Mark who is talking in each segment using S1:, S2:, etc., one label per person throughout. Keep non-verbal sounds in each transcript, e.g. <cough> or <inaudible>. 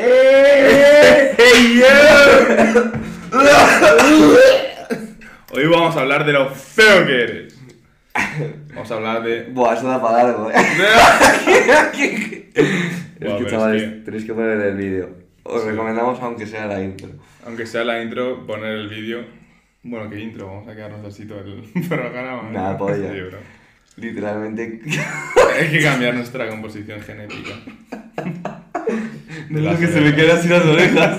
S1: ¡Eh!
S2: ¡Hey, yeah! Hoy vamos a hablar de lo feo que eres. Vamos a hablar de.
S1: Buah, eso da para
S2: <laughs>
S1: largo, eh.
S2: Buah,
S1: es
S2: pero
S1: que
S2: es
S1: chavales,
S2: que-
S1: tenéis que poner el vídeo. Os recomendamos aunque sea la intro.
S2: Aunque sea la intro, poner el vídeo. Bueno, ¿qué intro? Vamos a quedarnos así todo el <laughs> programa.
S1: Nada,
S2: ¿no?
S1: polla.
S2: Sí, bro.
S1: Literalmente. <laughs>
S2: Hay que cambiar nuestra composición genética.
S1: De
S2: la
S1: que se
S2: cerebral.
S1: me queda así las orejas.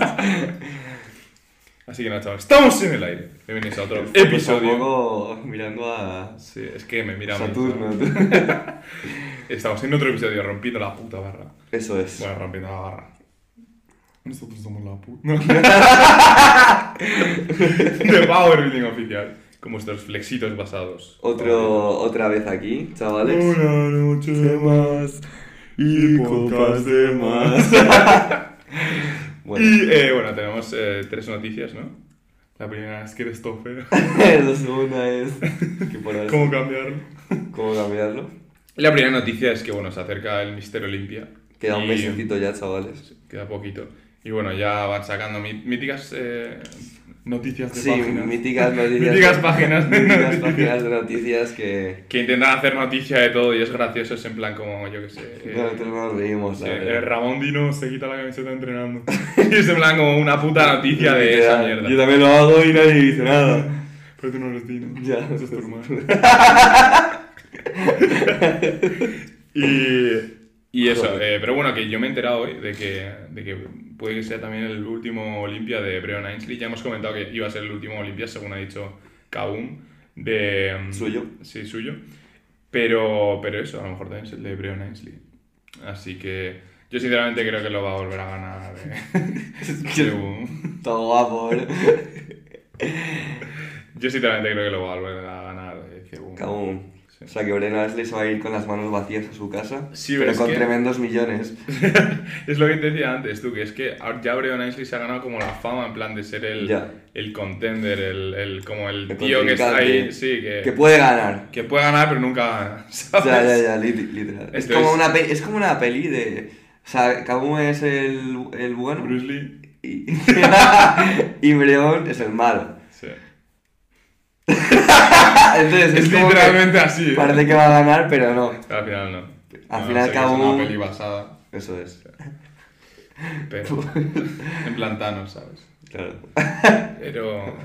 S2: Así que nada, chavales, estamos en el aire. Bienvenidos a otro
S1: Un
S2: episodio.
S1: poco mirando a
S2: Sí, es que me mira mucho.
S1: Saturno.
S2: Estamos en otro episodio rompiendo la puta barra.
S1: <laughs> Eso es.
S2: Bueno, rompiendo la barra. Nosotros somos la puta. <laughs> De Power Building oficial. Con vuestros flexitos basados.
S1: Otro, otra vez aquí, chavales.
S2: Una noche más. Y
S1: copas de más. <laughs> Bueno,
S2: Y eh, bueno, tenemos eh, tres noticias, ¿no? La primera es que eres todo
S1: <laughs>
S2: feo.
S1: la segunda es. ¿Qué pones?
S2: ¿Cómo cambiarlo?
S1: ¿Cómo cambiarlo?
S2: Y la primera noticia es que bueno, se acerca el Mister Olimpia.
S1: Queda un
S2: Y-
S1: mesecito ya, chavales.
S2: Queda poquito. Y bueno, ya van sacando mi- míticas eh, noticias de
S1: Sí,
S2: páginas.
S1: míticas noticias.
S2: Míticas páginas de
S1: Míticas
S2: noticias.
S1: páginas de noticias que.
S2: Que intentan hacer noticia de todo y es gracioso, es en plan como, yo qué sé... eh,
S1: que nosotros nos reímos, la
S2: eh,
S1: verdad.
S2: Ramón Dino se quita la camiseta entrenando. <laughs> y es en plan como una puta noticia de esa
S1: Literal,
S2: mierda.
S1: Yo también lo hago y nadie dice nada.
S2: Pero tú no eres Dino.
S1: Ya.
S2: Eso es
S1: <laughs>
S2: tu hermano. y. Y eso,
S1: Joder.
S2: eh, pero bueno, que yo me he enterado hoy de que, de que puede que sea también el último Olimpia de Breon Ainsley. Ya hemos comentado que iba a ser el último Olimpia, según ha dicho Kaum, de...
S1: <laughs>
S2: mm,
S1: Suyo.
S2: Sí, suyo. Pero, pero eso, a lo mejor también es el de Breon Ainsley. Así que yo sinceramente creo que lo va a volver a ganar. eh.
S1: <laughs> que-
S2: Yo-
S1: Todo guapo, ¿eh?
S2: Yo sinceramente creo que lo va a volver a ganar. eh, que, bueno,
S1: Cabum.
S2: sí.
S1: O sea que Brenna Ashley se va a ir con las manos vacías a su casa,
S2: Sí, pero
S1: pero
S2: es
S1: con
S2: que-
S1: tremendos millones.
S2: Es lo que te decía antes, tú, que es que ahora ya Breon Ainsley se ha ganado como la fama en plan de ser el,
S1: Ya.
S2: el contender, el, el- como el,
S1: El
S2: tío que está
S1: contrincante.
S2: ahí, sí, que,
S1: Que puede ganar.
S2: que puede ganar pero nunca gana, <laughs> ¿sabes?
S1: Ya, ya, ya, lit- literal. Es
S2: Esto
S1: como,
S2: es-
S1: una peli, es como una peli de... O sea, Kabum es el, el bueno
S2: Bruce Lee,
S1: y, <laughs> y Breon es el malo. Ah,
S2: sí.
S1: Entonces,
S2: Es,
S1: es, como que
S2: literalmente <laughs> así. ¿eh?
S1: parece que va a ganar, pero no.
S2: Al final no.
S1: Al
S2: No,
S1: final
S2: sé que es
S1: Kabum-
S2: una peli basada,
S1: Eso es,
S2: <laughs> pero en plan Thanos, ¿sabes?
S1: claro.
S2: Pero,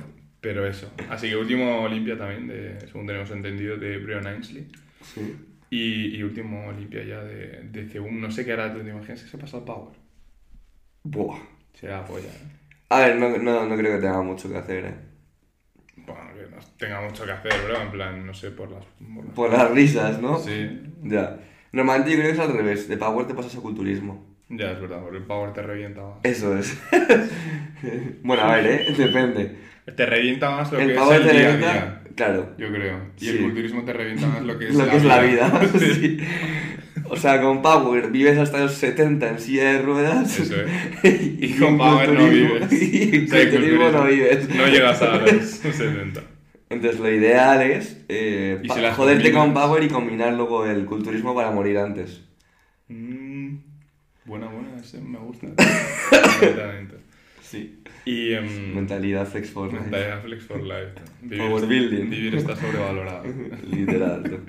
S2: pero eso. Así que último Olimpia también, de, según tenemos entendido, de Breon Ainsley.
S1: Sí.
S2: Y, y último Olimpia ya de, de C1. No sé qué hará, te imaginas que se pasa al Power.
S1: Buah.
S2: Será polla, ¿eh?
S1: A ver, no, no, no creo que tenga mucho que hacer, eh.
S2: Bueno, que no tenga mucho que hacer, bro. En plan, no sé, por las. por las-
S1: Por las risas, ¿no?
S2: Sí,
S1: Ya. Normalmente yo creo que es al revés. De Power te pasas a culturismo.
S2: ya es verdad, porque el Power te revienta más.
S1: Eso es. <laughs> bueno, a ver, ¿eh? Depende.
S2: Te revienta más lo
S1: El
S2: que es el
S1: Power te
S2: día a
S1: revienta...
S2: día,
S1: Claro.
S2: yo creo. Y
S1: Sí.
S2: el culturismo te revienta
S1: <laughs>
S2: más lo que es,
S1: Lo
S2: la,
S1: que es la
S2: vida.
S1: vida. <laughs>
S2: <laughs>
S1: sí. O sea, con Power vives hasta los 70 en silla de ruedas.
S2: Eso
S1: <laughs>
S2: es.
S1: y,
S2: Y con Power no
S1: culturismo-
S2: vives.
S1: <laughs> Y
S2: O
S1: con
S2: sea, el
S1: culturismo no vives.
S2: No llegas a
S1: <laughs>
S2: los 70.
S1: Entonces lo ideal es eh,
S2: Y
S1: pa-
S2: si las
S1: joderte con
S2: combinas.
S1: Power y combinar luego el culturismo para morir antes.
S2: Mm, buena, buena, ese
S1: <laughs>
S2: me gusta. Completamente.
S1: Sí.
S2: Y. em,
S1: Mm. Mentalidad Flex Fortnite.
S2: Mentalidad Flex for Life.
S1: Powerbuilding.
S2: Vivir
S1: <laughs>
S2: está sobrevalorado.
S1: Literal.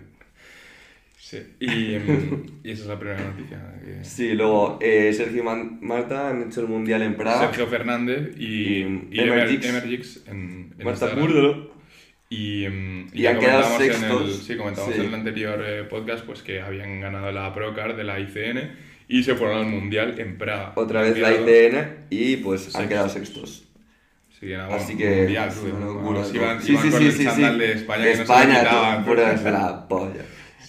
S2: Sí. Y, mm, y esa es la primera noticia. que-
S1: Sí, luego eh, Sergio y Man- Marta han hecho el mundial en Praga.
S2: Sergio Fernández y,
S1: Y,
S2: y
S1: Emergix.
S2: Emergix en, en
S1: Marta
S2: Instagram.
S1: Púrdolo.
S2: Y, mm,
S1: Y
S2: ya
S1: han quedado
S2: comentábamos En el,
S1: sextos.
S2: sí, comentábamos
S1: Sí.
S2: en el anterior eh, podcast pues, que habían ganado la Procar de la ICN y se fueron al Mundial en Praga.
S1: Otra
S2: Han
S1: vez la
S2: quedado-
S1: ICN y pues
S2: Sextos.
S1: han quedado sextos.
S2: Sí, que nada, Ah, bueno,
S1: Así que
S2: Mundial,
S1: es
S2: tú,
S1: una
S2: ¿no?
S1: locura,
S2: Vamos,
S1: ¿no?
S2: iban,
S1: sí,
S2: iban
S1: sí,
S2: con
S1: sí,
S2: el
S1: sí, sí.
S2: chándal de España que no se
S1: España,
S2: lo
S1: tú,
S2: quitaban.
S1: pura es la polla.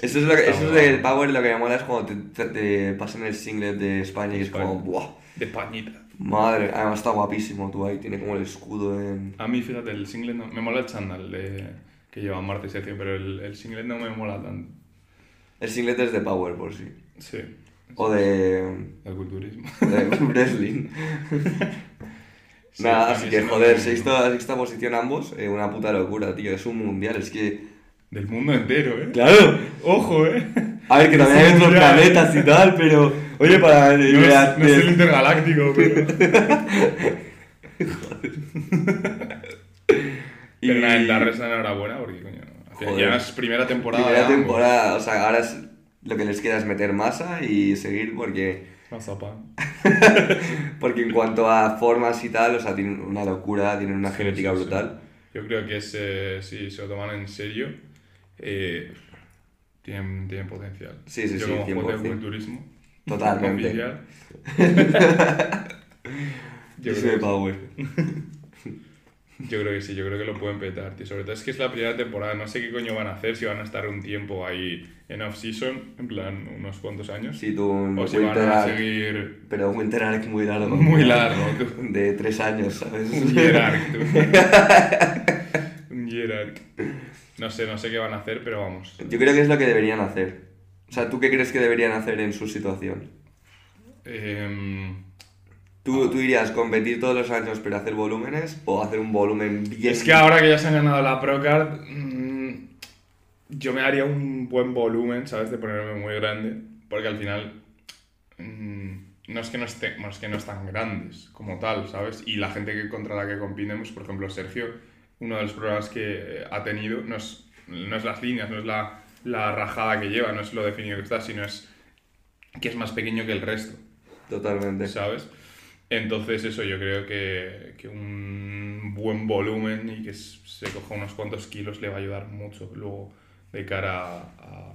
S1: Eso es, lo que,
S2: Está
S1: eso es
S2: muy
S1: del
S2: guapo.
S1: Power lo que me mola es cuando te, te- te pasan el singlet de España y es como,
S2: España.
S1: ¡buah!
S2: De Españita.
S1: Madre, además está guapísimo tú ahí, tiene como el escudo en...
S2: A mí, fíjate, el singlet no... Me mola el chándal de... que lleva Marta y Sergio, pero el, el singlet no me mola tanto.
S1: El singlet es de Power por sí.
S2: Sí,
S1: O de...
S2: el culturismo.
S1: de wrestling. <laughs>
S2: Sí,
S1: Nada,
S2: a
S1: así
S2: mí
S1: que
S2: sí me
S1: joder,
S2: gusta.
S1: sexta, sexta posición ambos, eh, una puta locura, tío, es un mundial, es que...
S2: Del mundo entero, ¿eh?
S1: Claro.
S2: Ojo, ¿eh?
S1: A ver, que también hay otros planetas y tal, pero. Oye, para. el-
S2: No
S1: la-
S2: es, no es el intergaláctico, pero.
S1: <laughs> y-
S2: Pero nada, en la resta enhorabuena porque, coño. hacía-
S1: Joder.
S2: Ya es primera temporada. de
S1: Primera
S2: ambos.
S1: temporada, o sea, ahora es lo que les queda es meter masa y seguir porque,
S2: Mazapán.
S1: porque en cuanto a formas y tal, o sea, tienen una locura, tienen una
S2: Sí,
S1: genética
S2: sí, sí.
S1: brutal.
S2: Yo creo que es, eh, sí, se lo toman en serio. Eh, tienen, tienen potencial.
S1: Sí, sí,
S2: Yo
S1: sí,
S2: como juez del
S1: 100%.
S2: culturismo.
S1: Totalmente. <laughs>
S2: oficial. yo,
S1: Yo
S2: creo,
S1: Power.
S2: yo creo que sí, yo creo que lo pueden petar, tío. Sobre todo es que es la primera temporada, no sé qué coño van a hacer, si van a estar un tiempo ahí en off-season, en plan unos cuantos años,
S1: Sí, tú un
S2: o si van
S1: Winter
S2: a
S1: Arc,
S2: seguir
S1: pero un Winter Arc muy largo.
S2: muy largo, tú.
S1: De tres años,
S2: <laughs>
S1: ¿sabes?
S2: Un Gerard, tú. <laughs> Un Gerard. No sé, no sé qué van a hacer, pero vamos.
S1: Yo creo que es lo que deberían hacer. O sea, ¿tú qué crees que deberían hacer en su situación?
S2: Em, Ah.
S1: ¿Tú, tú irías a competir todos los años pero hacer volúmenes o hacer un volumen bien?
S2: es que ahora que ya se han ganado la Procard, mm, yo me haría un buen volumen, ¿sabes? De ponerme muy grande, porque al final mm, no, es que no, esté, bueno, es que no están grandes como tal, ¿sabes? Y la gente que contra la que compiten, pues por ejemplo Sergio, uno de los problemas que eh, ha tenido no es, no es las líneas, no es la, la rajada que lleva, no es lo definido que está, sino es que es más pequeño que el resto.
S1: Totalmente.
S2: ¿sabes? Entonces eso yo creo que, que un buen volumen y que s- se coja unos cuantos kilos le va a ayudar mucho luego de cara a,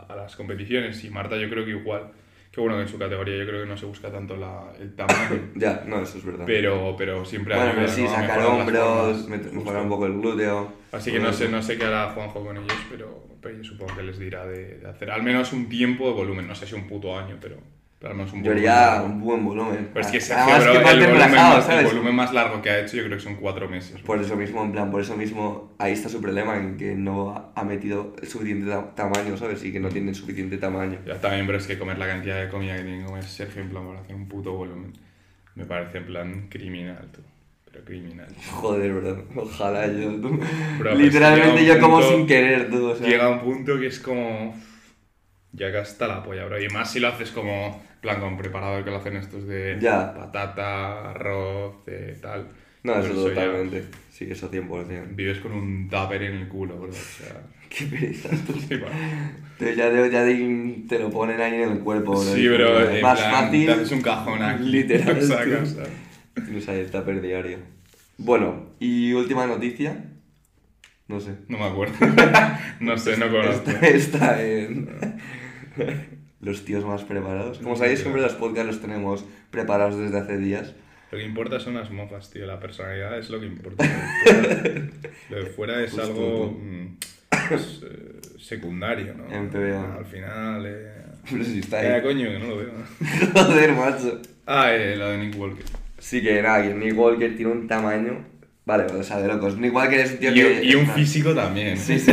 S2: a- a las competiciones. Y Marta yo creo que igual, que bueno, que en su categoría yo creo que no se busca tanto la, el tamaño,
S1: Ya, no, eso es verdad.
S2: pero, pero siempre
S1: bueno,
S2: ayuda,
S1: pero sí,
S2: ¿no? a
S1: sacar
S2: mejorar las
S1: hombros,
S2: formas,
S1: met-
S2: justo.
S1: mejorar un poco el glúteo.
S2: Así que no sé, no sé qué hará Juanjo con ellos, pero, pero yo supongo que les dirá de, de hacer al menos un tiempo de volumen, no sé si un puto año, pero, pero al menos un
S1: Yo
S2: volumen.
S1: haría un buen volumen.
S2: Pero es que Sergio,
S1: Además,
S2: bro,
S1: que
S2: el,
S1: parten
S2: volumen
S1: relajados,
S2: más, el
S1: ¿sabes?
S2: volumen más largo que ha hecho yo creo que son cuatro meses.
S1: Por eso mismo, en plan, por eso mismo, ahí está su problema, en que no ha- ha metido suficiente ta- tamaño, ¿sabes? Y que no tienen suficiente tamaño.
S2: Ya también, pero es que comer la cantidad de comida que tiene que comer Sergio en plan para hacer un puto volumen me parece en plan criminal, tú. Pero criminal.
S1: Joder, bro, ojalá yo... <laughs> tú.
S2: Bro, pues
S1: Literalmente yo
S2: llega un
S1: como
S2: punto-
S1: sin querer, tú, o sea,
S2: Llega un punto que es como... Ya que hasta la polla, bro. Y más si lo haces como en plan con preparado que lo hacen estos de
S1: Ya.
S2: patata, arroz, de tal.
S1: No,
S2: Pero
S1: eso
S2: ya-
S1: totalmente. Sí, eso 100%.
S2: Vives con un tupper en el culo, bro. O sea...
S1: <laughs>
S2: <laughs>
S1: Qué pereza.
S2: sí, bueno.
S1: Te, ya, de- ya de- te lo ponen ahí en el cuerpo, bro.
S2: Sí,
S1: Es
S2: bro,
S1: como,
S2: en
S1: Más
S2: plan,
S1: fácil...
S2: te haces un cajón aquí. <laughs>
S1: Literal,
S2: lo sacas,
S1: tú.
S2: ¿sabes?
S1: Tienes ahí el tupper diario. Bueno, y última noticia. No sé.
S2: No
S1: <laughs>
S2: me acuerdo. No sé, no conozco.
S1: Está, está
S2: <laughs>
S1: en. Los tíos más preparados. Como sabéis, siempre los podcasts los tenemos preparados desde hace días. <laughs>
S2: Lo que importa son las mofas, tío. La personalidad es lo
S1: <laughs>
S2: que importa. Lo de fuera, lo de fuera es
S1: Justo,
S2: algo
S1: tú.
S2: mm, pues, eh, secundario, ¿no?
S1: En PBA.
S2: Al final, eh...
S1: Pero si está
S2: Eh,
S1: ahí.
S2: coño, que no lo veo.
S1: Joder, macho.
S2: Ah, eh, la de Nick Walker.
S1: Sí que nada, que Nick Walker tiene un tamaño. Vale, o sea, de locos. Nick Walker es un tío
S2: Y,
S1: que.
S2: y un físico también. ¿eh?
S1: Sí, sí. <laughs>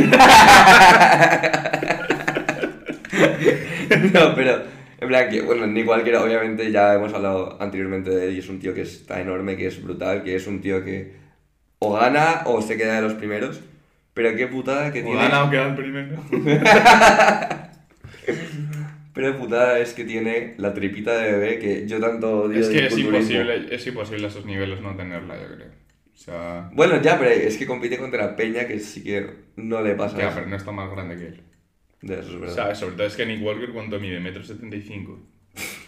S1: no, pero en plan que, bueno, Nick Walker obviamente ya hemos hablado anteriormente de él y es un tío que está enorme, que es brutal, que es un tío que o gana o se queda de los primeros. Pero qué putada que
S2: O
S1: tiene.
S2: gana o queda el
S1: <laughs>
S2: primero.
S1: Pero qué putada es que tiene la tripita de bebé que yo tanto odio
S2: es
S1: del
S2: que es
S1: culturismo.
S2: imposible, es imposible a esos niveles no tenerla, yo creo. O sea...
S1: Bueno, ya, pero es que compite contra Peña que sí que no le pasa
S2: Ya,
S1: eso.
S2: pero no está más grande que él.
S1: De eso es verdad.
S2: ¿Sabes? Sobre todo es que Nick Walker, ¿cuánto mide? ¿Metro 75?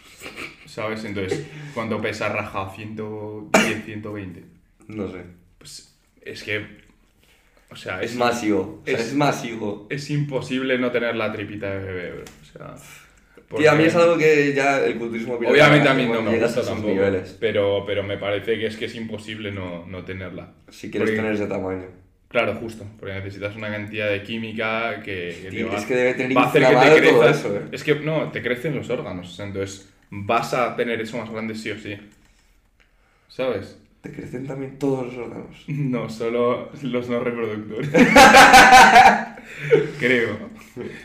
S2: <laughs> ¿Sabes? Entonces, ¿cuánto pesa Raja? ¿110, 120?
S1: No sé.
S2: Pues es que... O sea,
S1: Es
S2: es,
S1: masivo. O sea,
S2: es-
S1: es masivo.
S2: es imposible no tener la tripita de bebé, bro. O sea...
S1: Tío, a mí es
S2: porque-
S1: algo que ya el culturismo pirata
S2: Obviamente a
S1: hace
S2: mí no
S1: cuando
S2: me
S1: llegas a
S2: gusta
S1: esos
S2: tampoco,
S1: niveles.
S2: pero, pero me parece que es que es imposible no, no tenerla.
S1: Si quieres
S2: Porque-
S1: tener ese tamaño.
S2: Claro, justo, porque necesitas una cantidad de química que, que te
S1: Tío,
S2: va,
S1: es que debe tener
S2: va a hacer que
S1: inflamado
S2: te
S1: todo
S2: crezcas.
S1: eso, eh.
S2: Es que no, te crecen los órganos, o sea, entonces vas a tener eso más grande sí o sí. ¿Sabes?
S1: Te crecen también todos los órganos.
S2: <laughs> No, solo los no reproductores. <laughs> Creo.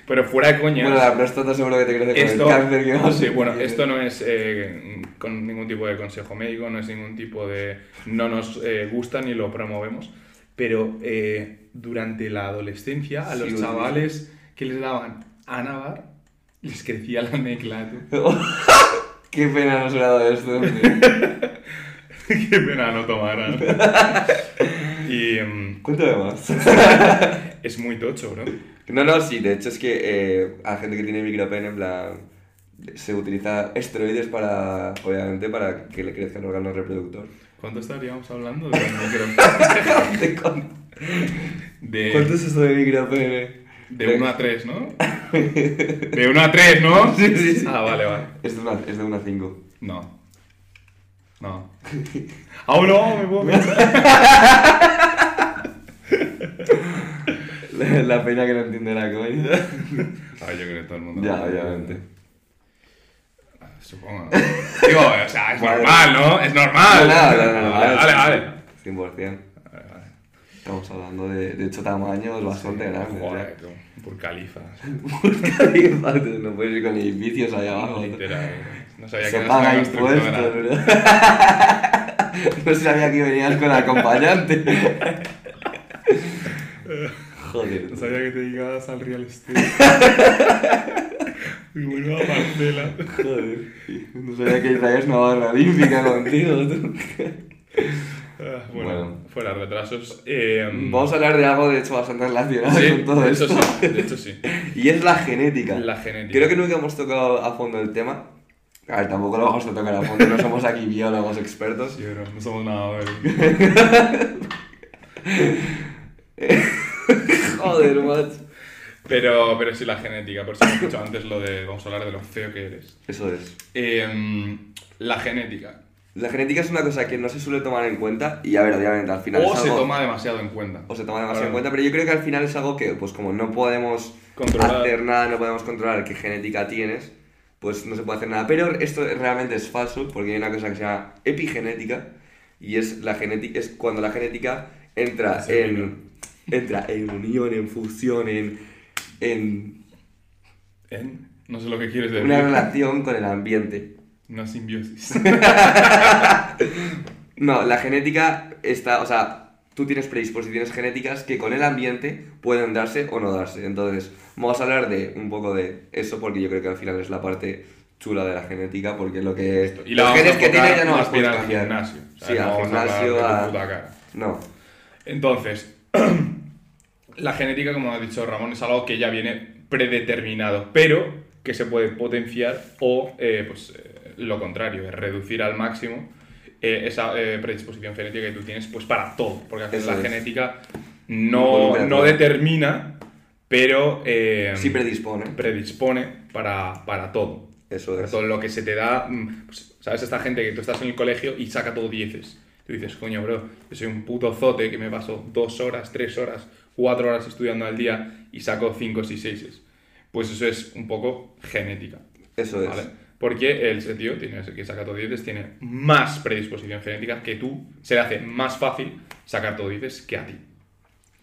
S2: Pero fuera de coña.
S1: Bueno, la próstata seguro que te crece con
S2: Esto,
S1: el cáncer que no
S2: <laughs>
S1: <laughs>
S2: sí,
S1: sé.
S2: bueno, esto no es eh, con ningún tipo de consejo médico, no es ningún tipo de... No nos eh, gusta ni lo promovemos, pero eh, durante la adolescencia a los
S1: Sí,
S2: chavales que les daban Anavar Les crecía la mecla, tú. <laughs>
S1: Qué pena nos ha dado esto.
S2: <laughs>
S1: tío.
S2: Qué pena no tomaran. y em,
S1: Cuéntame más. <laughs>
S2: es muy tocho, bro.
S1: No, no, sí, de hecho es que eh, a gente que tiene micropene, en plan, se utiliza esteroides para, obviamente, para que le crezca el órgano reproductor. <laughs>
S2: ¿Cuánto estaríamos hablando de micro?
S1: ¿De cuán- ¿Cuánto
S2: De,
S1: es esto de micropene?
S2: de 1 a
S1: <laughs>
S2: 3, ¿no? De 1 a 3, ¿no?
S1: Sí, sí, sí.
S2: Ah, vale, vale.
S1: Es de una, es de una 5.
S2: No. No. ¡Ah, no! Me puedo pensar.
S1: <laughs> La, <laughs> la peña que no entiende la
S2: <laughs>
S1: coña.
S2: Ah, yo creo que todo el mundo.
S1: ya, obviamente.
S2: Supongo. ¿no? Digo, o sea, es
S1: Vale.
S2: normal, ¿no? Es normal. Vale, vale, vale.
S1: 100%. Estamos hablando de, de hecho, tamaños bastante grandes. ¿eh?
S2: Joder, tú, por califa.
S1: Busca <laughs> no puedes ir con edificios allá abajo.
S2: Literal. No sabía que
S1: Se
S2: eras una
S1: paga
S2: constructora.
S1: impuestos, bro. <laughs> No sabía que venías con
S2: <laughs>
S1: acompañante. Joder.
S2: No sabía que te dedicabas al real
S1: <laughs>
S2: estate. Mi buena parcela.
S1: Joder. No sabía que traías una barra olímpica contigo. tú.
S2: Ah, Bueno,
S1: Bueno.
S2: fuera retrasos. Eh,
S1: Vamos a hablar de algo, de hecho, bastante relacionado
S2: sí,
S1: con todo
S2: de hecho
S1: esto.
S2: sí, de
S1: <laughs>
S2: hecho sí.
S1: Y es la genética.
S2: La genética.
S1: Creo que nunca hemos tocado a fondo el tema. A ver, tampoco lo vamos a tocar a fondo, no somos aquí biólogos expertos.
S2: <laughs> Sí, bro, no somos nada, bro.
S1: Joder, macho.
S2: Pero, pero sí, la genética. Por eso hemos dicho antes lo de. Vamos a hablar de lo feo que eres.
S1: Eso es.
S2: Eh, la genética.
S1: La genética es una cosa que no se suele tomar en cuenta y a ver, obviamente al final
S2: O
S1: es
S2: se
S1: algo-
S2: toma demasiado en cuenta.
S1: o se toma demasiado en
S2: Claro.
S1: cuenta, pero yo creo que al final es algo que pues como no podemos
S2: Controlar.
S1: hacer nada, no podemos controlar qué genética tienes, pues no se puede hacer nada. Pero esto realmente es falso porque hay una cosa que se llama epigenética y es la genética es cuando la genética entra
S2: Se
S1: en entra en unión, en fusión, en en
S2: En- ¿Eh? No sé lo que quieres decir.
S1: una relación con el ambiente.
S2: Una
S1: <laughs>
S2: simbiosis.
S1: No, la genética está, o sea, tú tienes predisposiciones genéticas que con el ambiente pueden darse o no darse. Entonces, vamos a hablar de un poco de eso porque yo creo que al final es la parte chula de la genética porque lo que
S2: Y la
S1: los
S2: vamos
S1: genes
S2: a
S1: que tiene ya no
S2: no
S1: las puedes
S2: aspira al
S1: cambiar.
S2: gimnasio. O sea,
S1: sí,
S2: no
S1: al
S2: vamos a
S1: gimnasio
S2: hablar de tu
S1: a-
S2: puta cara.
S1: No,
S2: Entonces, <clears throat> la genética, como ha dicho Ramón, es algo que ya viene predeterminado, pero que se puede potenciar o eh, pues, eh, lo contrario, es reducir al máximo eh, esa eh, predisposición genética que tú tienes pues, para todo, porque al final
S1: Eso
S2: la
S1: es.
S2: genética
S1: Involucra
S2: no, no
S1: todo.
S2: determina, pero eh,
S1: sí predispone,
S2: predispone para, para todo.
S1: eso
S2: Sobre
S1: es.
S2: todo lo que se te da, mm, pues, ¿sabes? Esta gente que tú estás en el colegio y saca todo dieces. Tú dices, coño, bro, yo soy un puto zote que me paso dos horas, tres horas, cuatro horas estudiando al día y saco cinco y seises. Pues eso es un poco genética,
S1: Eso es.
S2: ¿vale? Porque el ese tío tiene, ese que saca todo dieces tiene más predisposición genética que tú. Se le hace más fácil sacar todo dieces que a ti.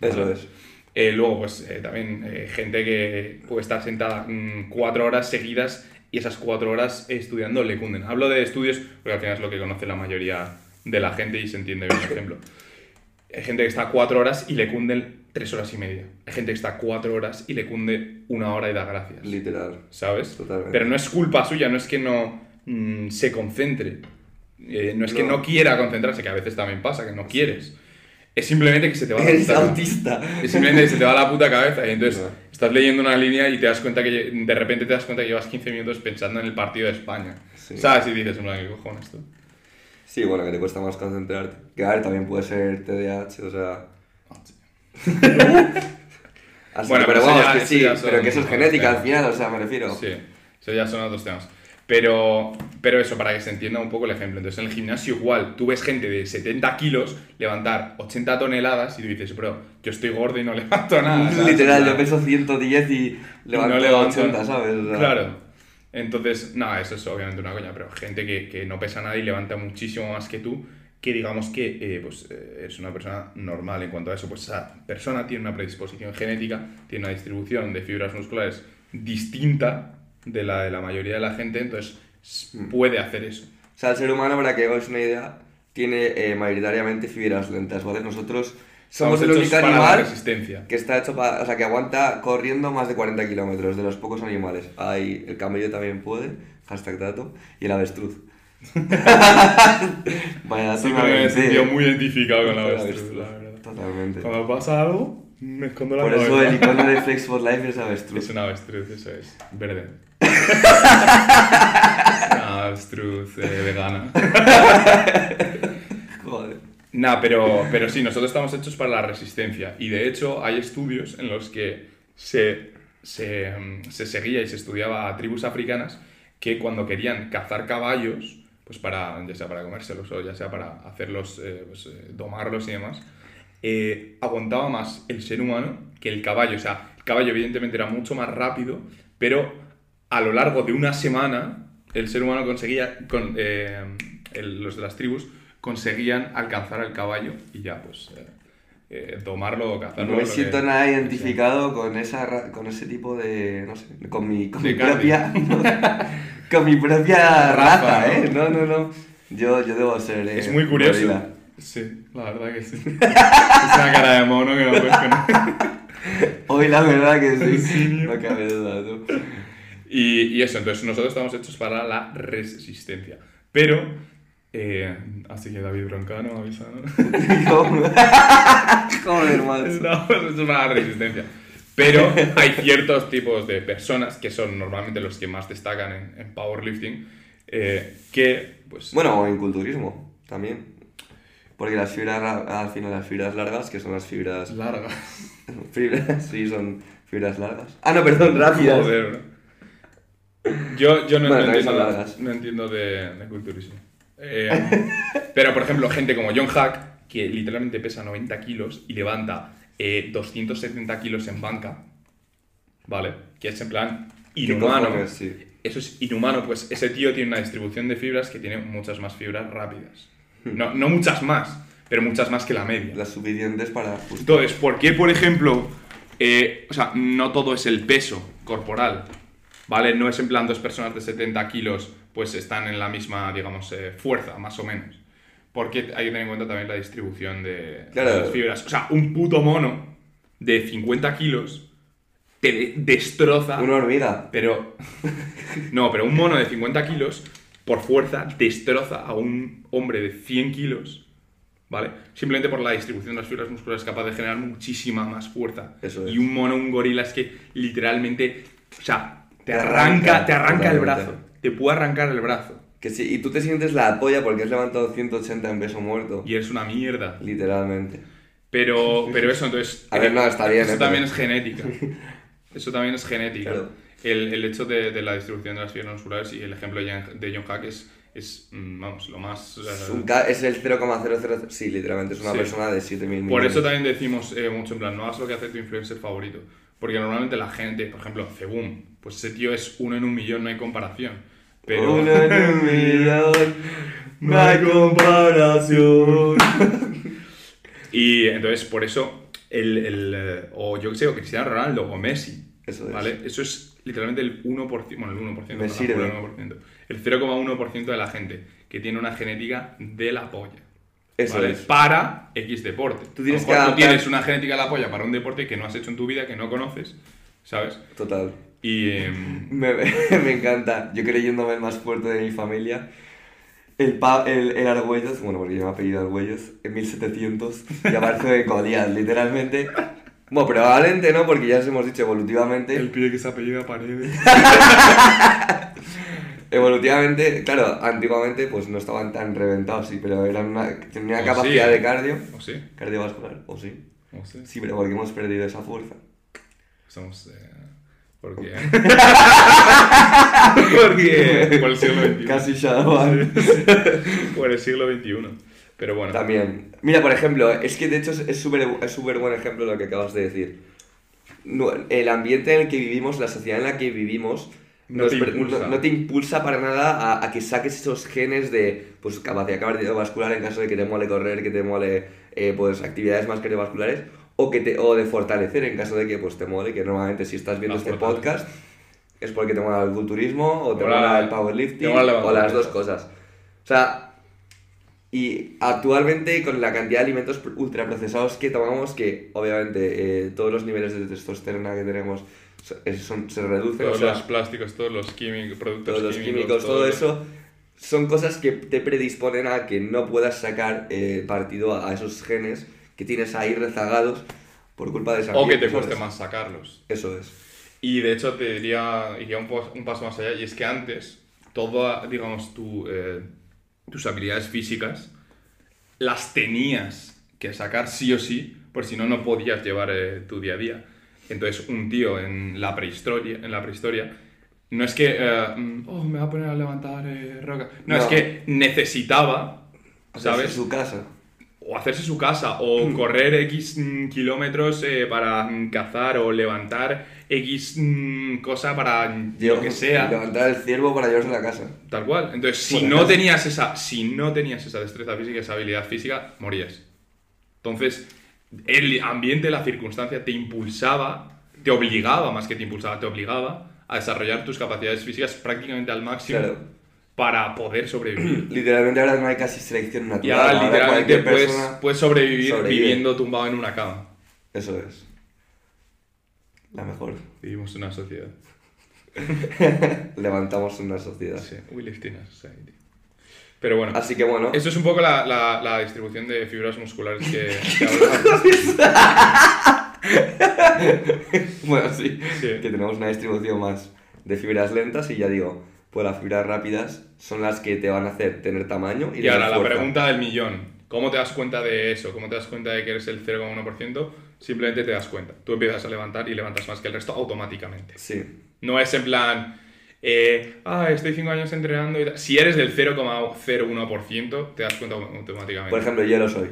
S1: Eso
S2: Vale.
S1: es.
S2: Eh, luego, pues eh, también eh, gente que puede estar sentada mm, cuatro horas seguidas y esas cuatro horas estudiando le cunden. Hablo de estudios porque al final es lo que conoce la mayoría de la gente y se entiende bien el ejemplo. Hay gente que está cuatro horas y le cunden tres horas y media. Hay gente que está cuatro horas y le cunde una hora y da gracias.
S1: Literal.
S2: ¿Sabes?
S1: Totalmente.
S2: Pero no es culpa suya, no es que no mm, se concentre. Eh, no es que
S1: No.
S2: no quiera concentrarse, que a veces también pasa, que no quieres. Es simplemente que se
S1: <laughs>
S2: te va la
S1: Eres
S2: puta-
S1: autista.
S2: y simplemente se te va la puta cabeza y entonces
S1: Ya.
S2: estás leyendo una línea y te das cuenta que lle- de repente te das cuenta que llevas 15 minutos pensando en el partido de España.
S1: Sí.
S2: ¿Sabes? Y dices, en plan, ¿qué cojones tú?
S1: Sí, bueno, que te cuesta más concentrarte. Que a ver, también puede ser TDAH, o
S2: <laughs>
S1: sea, así, pero
S2: Bueno, pero eso
S1: vamos,
S2: ya-
S1: que
S2: eso
S1: sí,
S2: ya son
S1: pero que eso es
S2: otros
S1: genética al
S2: temas.
S1: final, o sea, me refiero. <laughs>
S2: Sí, eso ya son otros temas. Pero, pero eso, para que se entienda un poco el ejemplo. Entonces, en el gimnasio igual, tú ves gente de 70 kilos levantar 80 toneladas y tú dices, bro, yo estoy gordo y no <laughs> levanto nada. ¿sabes?
S1: Literal,
S2: O sea,
S1: yo peso 110 y levanto
S2: no levanto-
S1: 80, ¿sabes? O sea,
S2: Claro. Entonces, nada, eso es obviamente una coña, pero gente que, que no pesa nada y levanta muchísimo más que tú, que digamos que eh, pues, eh, es una persona normal en cuanto a eso, pues esa persona tiene una predisposición genética, tiene una distribución de fibras musculares distinta de la de la mayoría de la gente, entonces s-
S1: Mm.
S2: puede hacer eso.
S1: O sea, el ser humano, para que hagáis una idea, tiene eh, mayoritariamente fibras lentas, ¿vale? Nosotros, Somos el
S2: hechos
S1: único
S2: para la
S1: animal
S2: resistencia.
S1: que está hecho para. O sea, que aguanta corriendo más de 40 kilómetros, de los pocos animales. Hay, el camello también puede, hashtag dato, y el
S2: <laughs>
S1: avestruz. Vaya dato
S2: Sí,
S1: me
S2: me he
S1: aventé,
S2: sentido
S1: eh.
S2: muy identificado con la
S1: Con la
S2: avestruz,
S1: avestruz.
S2: la verdad.
S1: Totalmente.
S2: Cuando pasa algo, me escondo la
S1: Por eso
S2: cabeza.
S1: el icono
S2: <laughs>
S1: de Flex for Life es
S2: Es
S1: avestruz.
S2: una avestruz, eso es. <laughs> Verde. una avestruz eh, vegana.
S1: Joder.
S2: Nah, pero, pero sí, nosotros estamos hechos para la resistencia. Y de hecho, hay estudios en los que se, se, mm, se seguía y se estudiaba a tribus africanas que cuando querían cazar caballos, pues para, ya sea para comérselos o ya sea para hacerlos, eh, pues, eh, domarlos y demás, eh, aguantaba más el ser humano que el caballo. O sea, el caballo evidentemente era mucho más rápido, pero a lo largo de una semana el ser humano conseguía, con, eh, el- los de las tribus conseguían alcanzar al caballo y ya pues eh, eh, domarlo o cazarlo.
S1: No me
S2: lo
S1: siento
S2: que-
S1: nada
S2: que sea.
S1: identificado con, esa, ra- con ese tipo de. No sé, con mi, con
S2: De
S1: mi
S2: carne. <laughs>
S1: propia. con mi propia
S2: Raza,
S1: raza,
S2: ¿no?
S1: ¿eh? No, no, no. Yo, yo debo ser. eh,
S2: Es muy curioso.
S1: gorila.
S2: Sí, la verdad que sí. <laughs> es una cara de mono que no puedes con-
S1: Hoy la verdad que
S2: <laughs> ¿En
S1: sí.
S2: serio?
S1: No cabe duda, tú.
S2: Y, y eso, entonces nosotros estamos hechos para la resistencia. Pero, eh, así que David Broncano avisa, ¿no?
S1: <laughs> ¿Cómo? <laughs> Joder, <laughs> macho.
S2: Estamos hechos para la pues, resistencia. Pero hay ciertos tipos de personas que son normalmente los que más destacan en, en powerlifting eh, que, pues,
S1: Bueno, o en culturismo también. Porque las fibras, ra- al final, las fibras largas, que son las fibras. <laughs>
S2: largas.
S1: Fibras, sí, son fibras largas. Ah, no, perdón, rápidas.
S2: Joder, bro. Yo, yo
S1: Bueno,
S2: no, no
S1: también
S2: entiendo,
S1: son largas.
S2: no entiendo de, de culturismo. Eh, pero, por ejemplo, gente como John Hack, que literalmente pesa 90 kilos y levanta eh, 270 kilos en banca, ¿vale? Que es en plan
S1: ¿Qué
S2: inhumano.
S1: cojones? Sí.
S2: Eso es inhumano, pues ese tío tiene una distribución de fibras que tiene muchas más fibras rápidas. No, no muchas más, pero muchas más que la media.
S1: Las suficientes para. pues, justo-
S2: Entonces, ¿por qué, por ejemplo, eh, o sea, no todo es el peso corporal? ¿Vale? No es en plan dos personas de 70 kilos, pues están en la misma, digamos, eh, fuerza, más o menos. Porque hay que tener en cuenta también la distribución de
S1: Claro.
S2: las fibras. O sea, un puto mono de 50 kilos te de- destroza.
S1: Una hormiga.
S2: Pero. <laughs> No, pero un mono de 50 kilos, por fuerza, destroza a un hombre de 100 kilos, ¿vale? Simplemente por la distribución de las fibras musculares es capaz de generar muchísima más fuerza.
S1: Eso es.
S2: Y un mono, un gorila, es que literalmente. O sea, te
S1: Te arranca,
S2: arranca, te arranca el
S1: totalmente.
S2: brazo. Te puede arrancar el brazo.
S1: Que sí, y tú te sientes la polla porque has levantado 180 en peso muerto.
S2: Y es una mierda.
S1: Literalmente.
S2: Pero, pero eso, entonces.
S1: A ver, no, está bien,
S2: Eso
S1: ¿eh?
S2: también
S1: Pero- <laughs>
S2: es genética. Eso también es genética.
S1: Claro.
S2: El, el hecho de, de la distribución de las fibras musculares y el ejemplo de Jan- de John Hack es, es, mm, vamos, lo más.
S1: Es,
S2: eh,
S1: un ca- es el 0,00. Sí, literalmente es una
S2: Sí.
S1: persona de 7.000 millones.
S2: por eso también decimos eh, mucho en plan, no hagas lo que hace tu influencer favorito. Porque normalmente la gente, por ejemplo, Cebum, pues ese tío es uno en un millón, no hay comparación. Pero.
S1: Uno en un millón, no hay comparación.
S2: Y entonces, por eso, el, el, eh, o yo qué sé, o Cristiano Ronaldo o Messi.
S1: Eso es.
S2: ¿Vale? Eso es literalmente el 1%, bueno, el 1%,
S1: Pues Me
S2: no,
S1: sirve.
S2: el 1%, el 0,1% de la gente que tiene una genética de la polla.
S1: Eso
S2: ¿vale?
S1: es.
S2: Para X deporte.
S1: Tú tienes
S2: A lo mejor
S1: que
S2: tú
S1: adaptar-
S2: tienes una genética de la polla para un deporte que no has hecho en tu vida, que no conoces, ¿sabes?
S1: Total.
S2: Y em,
S1: Me, <laughs> me encanta. Yo creyéndome el más fuerte de mi familia. El, pa- el, el Argüelles, bueno, porque yo me apellido Argüelles, en 1700, y aparece de Goliat, literalmente. Bueno, probablemente no, porque ya os hemos dicho evolutivamente.
S2: el pibe que se apellida Paredes.
S1: Evolutivamente, claro, antiguamente pues no estaban tan reventados, sí, pero eran una, tenían una
S2: O
S1: capacidad
S2: sí. eh.
S1: de cardio,
S2: O sí,
S1: cardiovascular, o sí.
S2: o sí.
S1: Sí, pero porque hemos perdido esa fuerza.
S2: Somos. eh,
S1: <laughs>
S2: porque. porque. Por el siglo XXI.
S1: Casi Shadowban.
S2: Por el siglo XXI. Pero bueno.
S1: También. Mira, por ejemplo, es que de hecho es- es súper es súper buen ejemplo lo que acabas de decir. No- El ambiente en el que vivimos, la sociedad en la que vivimos,
S2: No
S1: nos
S2: te
S1: pre-
S2: impulsa.
S1: no- no te impulsa para nada a, a que saques esos genes de pues, capacidad cardiovascular en caso de que te mole correr, que te mole eh, pues, actividades más cardiovasculares, o, que te, o de fortalecer en caso de que pues, te mole, que normalmente si estás viendo
S2: La
S1: este
S2: fortaleza.
S1: podcast es porque te mola el culturismo, o te
S2: Mola-
S1: mola el powerlifting,
S2: te mola levantar
S1: o las
S2: pesas.
S1: dos cosas. O sea, Y actualmente con la cantidad de alimentos pr- ultraprocesados que tomamos, que obviamente eh, todos los niveles de testosterona que tenemos so- es- son- se reducen, o
S2: Todos
S1: sea,
S2: los plásticos, todos los químicos, productos
S1: todos los químicos, todo,
S2: todo
S1: eso, son cosas que te predisponen a que no puedas sacar eh, partido a, a esos genes que tienes ahí rezagados por culpa de esa
S2: O que
S1: mierda,
S2: te cueste
S1: ¿sabes?
S2: más sacarlos.
S1: Eso es.
S2: Y de hecho te diría, iría un, pos- un paso más allá, y es que antes, toda, digamos, tu, eh, tus habilidades físicas las tenías que sacar sí o sí, por si no, no podías llevar eh, tu día a día. Entonces, un tío en la prehistoria, en la prehistoria no es que, eh, mm, oh, me va a poner a levantar eh, roca. No,
S1: No.
S2: es que necesitaba,
S1: ¿Sabes?
S2: ¿sabes?
S1: Su casa.
S2: o hacerse su casa, o correr X mm, kilómetros eh, para mm, cazar, o levantar X mm, cosa para mm, lo que sea,
S1: Levantar el ciervo para llevarse a la casa.
S2: tal cual. Entonces, si
S1: Bueno,
S2: no
S1: casi.
S2: tenías esa, si no tenías esa destreza física, esa habilidad física, morías. Entonces, el ambiente, la circunstancia te impulsaba, te obligaba, más que te impulsaba, te obligaba a desarrollar tus capacidades físicas prácticamente al máximo
S1: Claro.
S2: para poder sobrevivir.
S1: Literalmente ahora no hay casi selección
S2: Y
S1: natural.
S2: ahora
S1: ahora
S2: literalmente pues,
S1: cualquier
S2: puedes,
S1: persona-
S2: puedes sobrevivir
S1: sobrevive.
S2: viviendo tumbado en una cama.
S1: Eso es. La mejor.
S2: Vivimos en una sociedad.
S1: Levantamos una sociedad.
S2: Sí, we lived in a society. Pero bueno,
S1: Así que bueno.
S2: esto es un poco la, la- la distribución de fibras musculares que, que hablamos.
S1: <laughs> Bueno, sí.
S2: Sí.
S1: Que tenemos una distribución más de fibras lentas y ya digo, pues las fibras rápidas son las que te van a hacer tener tamaño y,
S2: Y
S1: tener
S2: ahora la
S1: fuerza.
S2: pregunta del millón. ¿Cómo te das cuenta de eso? ¿Cómo te das cuenta de que eres el 0,1%? Simplemente te das cuenta. Tú empiezas a levantar y levantas más que el resto automáticamente.
S1: Sí.
S2: No es en plan, eh, ah, estoy 5 años entrenando y tal. Si eres del 0,01%, te das cuenta automáticamente.
S1: Por ejemplo, yo lo soy.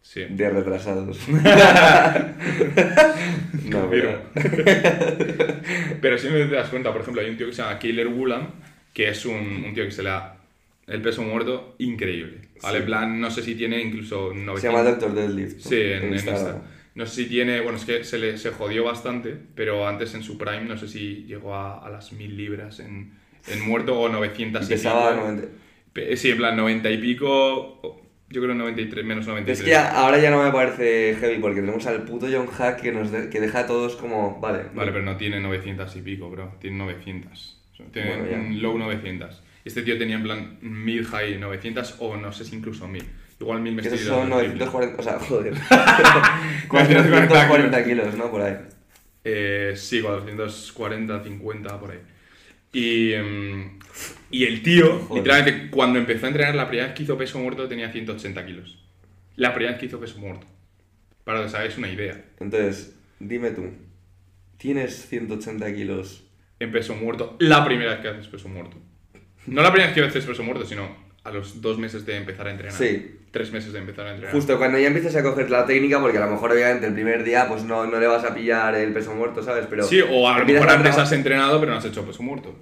S2: sí.
S1: De retrasados.
S2: <laughs>
S1: no,
S2: Confirmo.
S1: <laughs> pero...
S2: Pero si no te das cuenta, por ejemplo, hay un tío que se llama Killer Gulam, que es un, un tío que se le da el peso muerto increíble. ¿vale?
S1: Sí.
S2: En plan, no sé si tiene incluso 900.
S1: Se llama Doctor Deadlift.
S2: Sí, en, en
S1: Instagram.
S2: Insta. No sé si tiene, bueno, es que se le se jodió bastante, pero antes en su prime no sé si llegó a, a las 1000 libras en, en muerto o 900 y
S1: Pesaba
S2: pico.
S1: 90.
S2: Pe- Sí, en plan 90 y pico, o- yo creo 93, menos
S1: Es
S2: 93.
S1: que ya- ahora ya no me parece heavy porque tenemos al puto John Hack que nos de- que deja a todos como. Vale.
S2: Vale, pero no tiene 900 y pico, bro. Tiene 900. O sea, Tiene
S1: Bueno, ya.
S2: un low 900. Este tío tenía en plan 1000 high 900 o no sé si incluso 1000. Igual 1000 me
S1: Que
S2: estoy
S1: esos son
S2: tirando triple.
S1: 940. O sea,
S2: <laughs>
S1: joder. <laughs>
S2: 440
S1: 440 kilos, ¿no? Por ahí.
S2: Eh, sí, 440, 50, por ahí. Y, em, y el tío,
S1: Joder.
S2: literalmente, cuando empezó a entrenar, la primera vez que hizo peso muerto tenía 180 kilos. La primera vez que hizo peso muerto. Para que os hagáis una idea.
S1: Entonces, dime tú. Tienes 180 kilos.
S2: en peso muerto la primera vez que haces peso muerto. No la primera vez que haces peso muerto, sino a los dos meses de empezar a entrenar.
S1: Sí.
S2: Tres meses de empezar a entrenar.
S1: Justo cuando ya empiezas a coger la técnica, porque a lo mejor, obviamente, el primer día, pues no, no le vas a pillar el peso muerto, ¿sabes? Pero.
S2: Sí, o a lo
S1: empiezas
S2: mejor antes
S1: traba-
S2: has entrenado pero no has hecho peso muerto.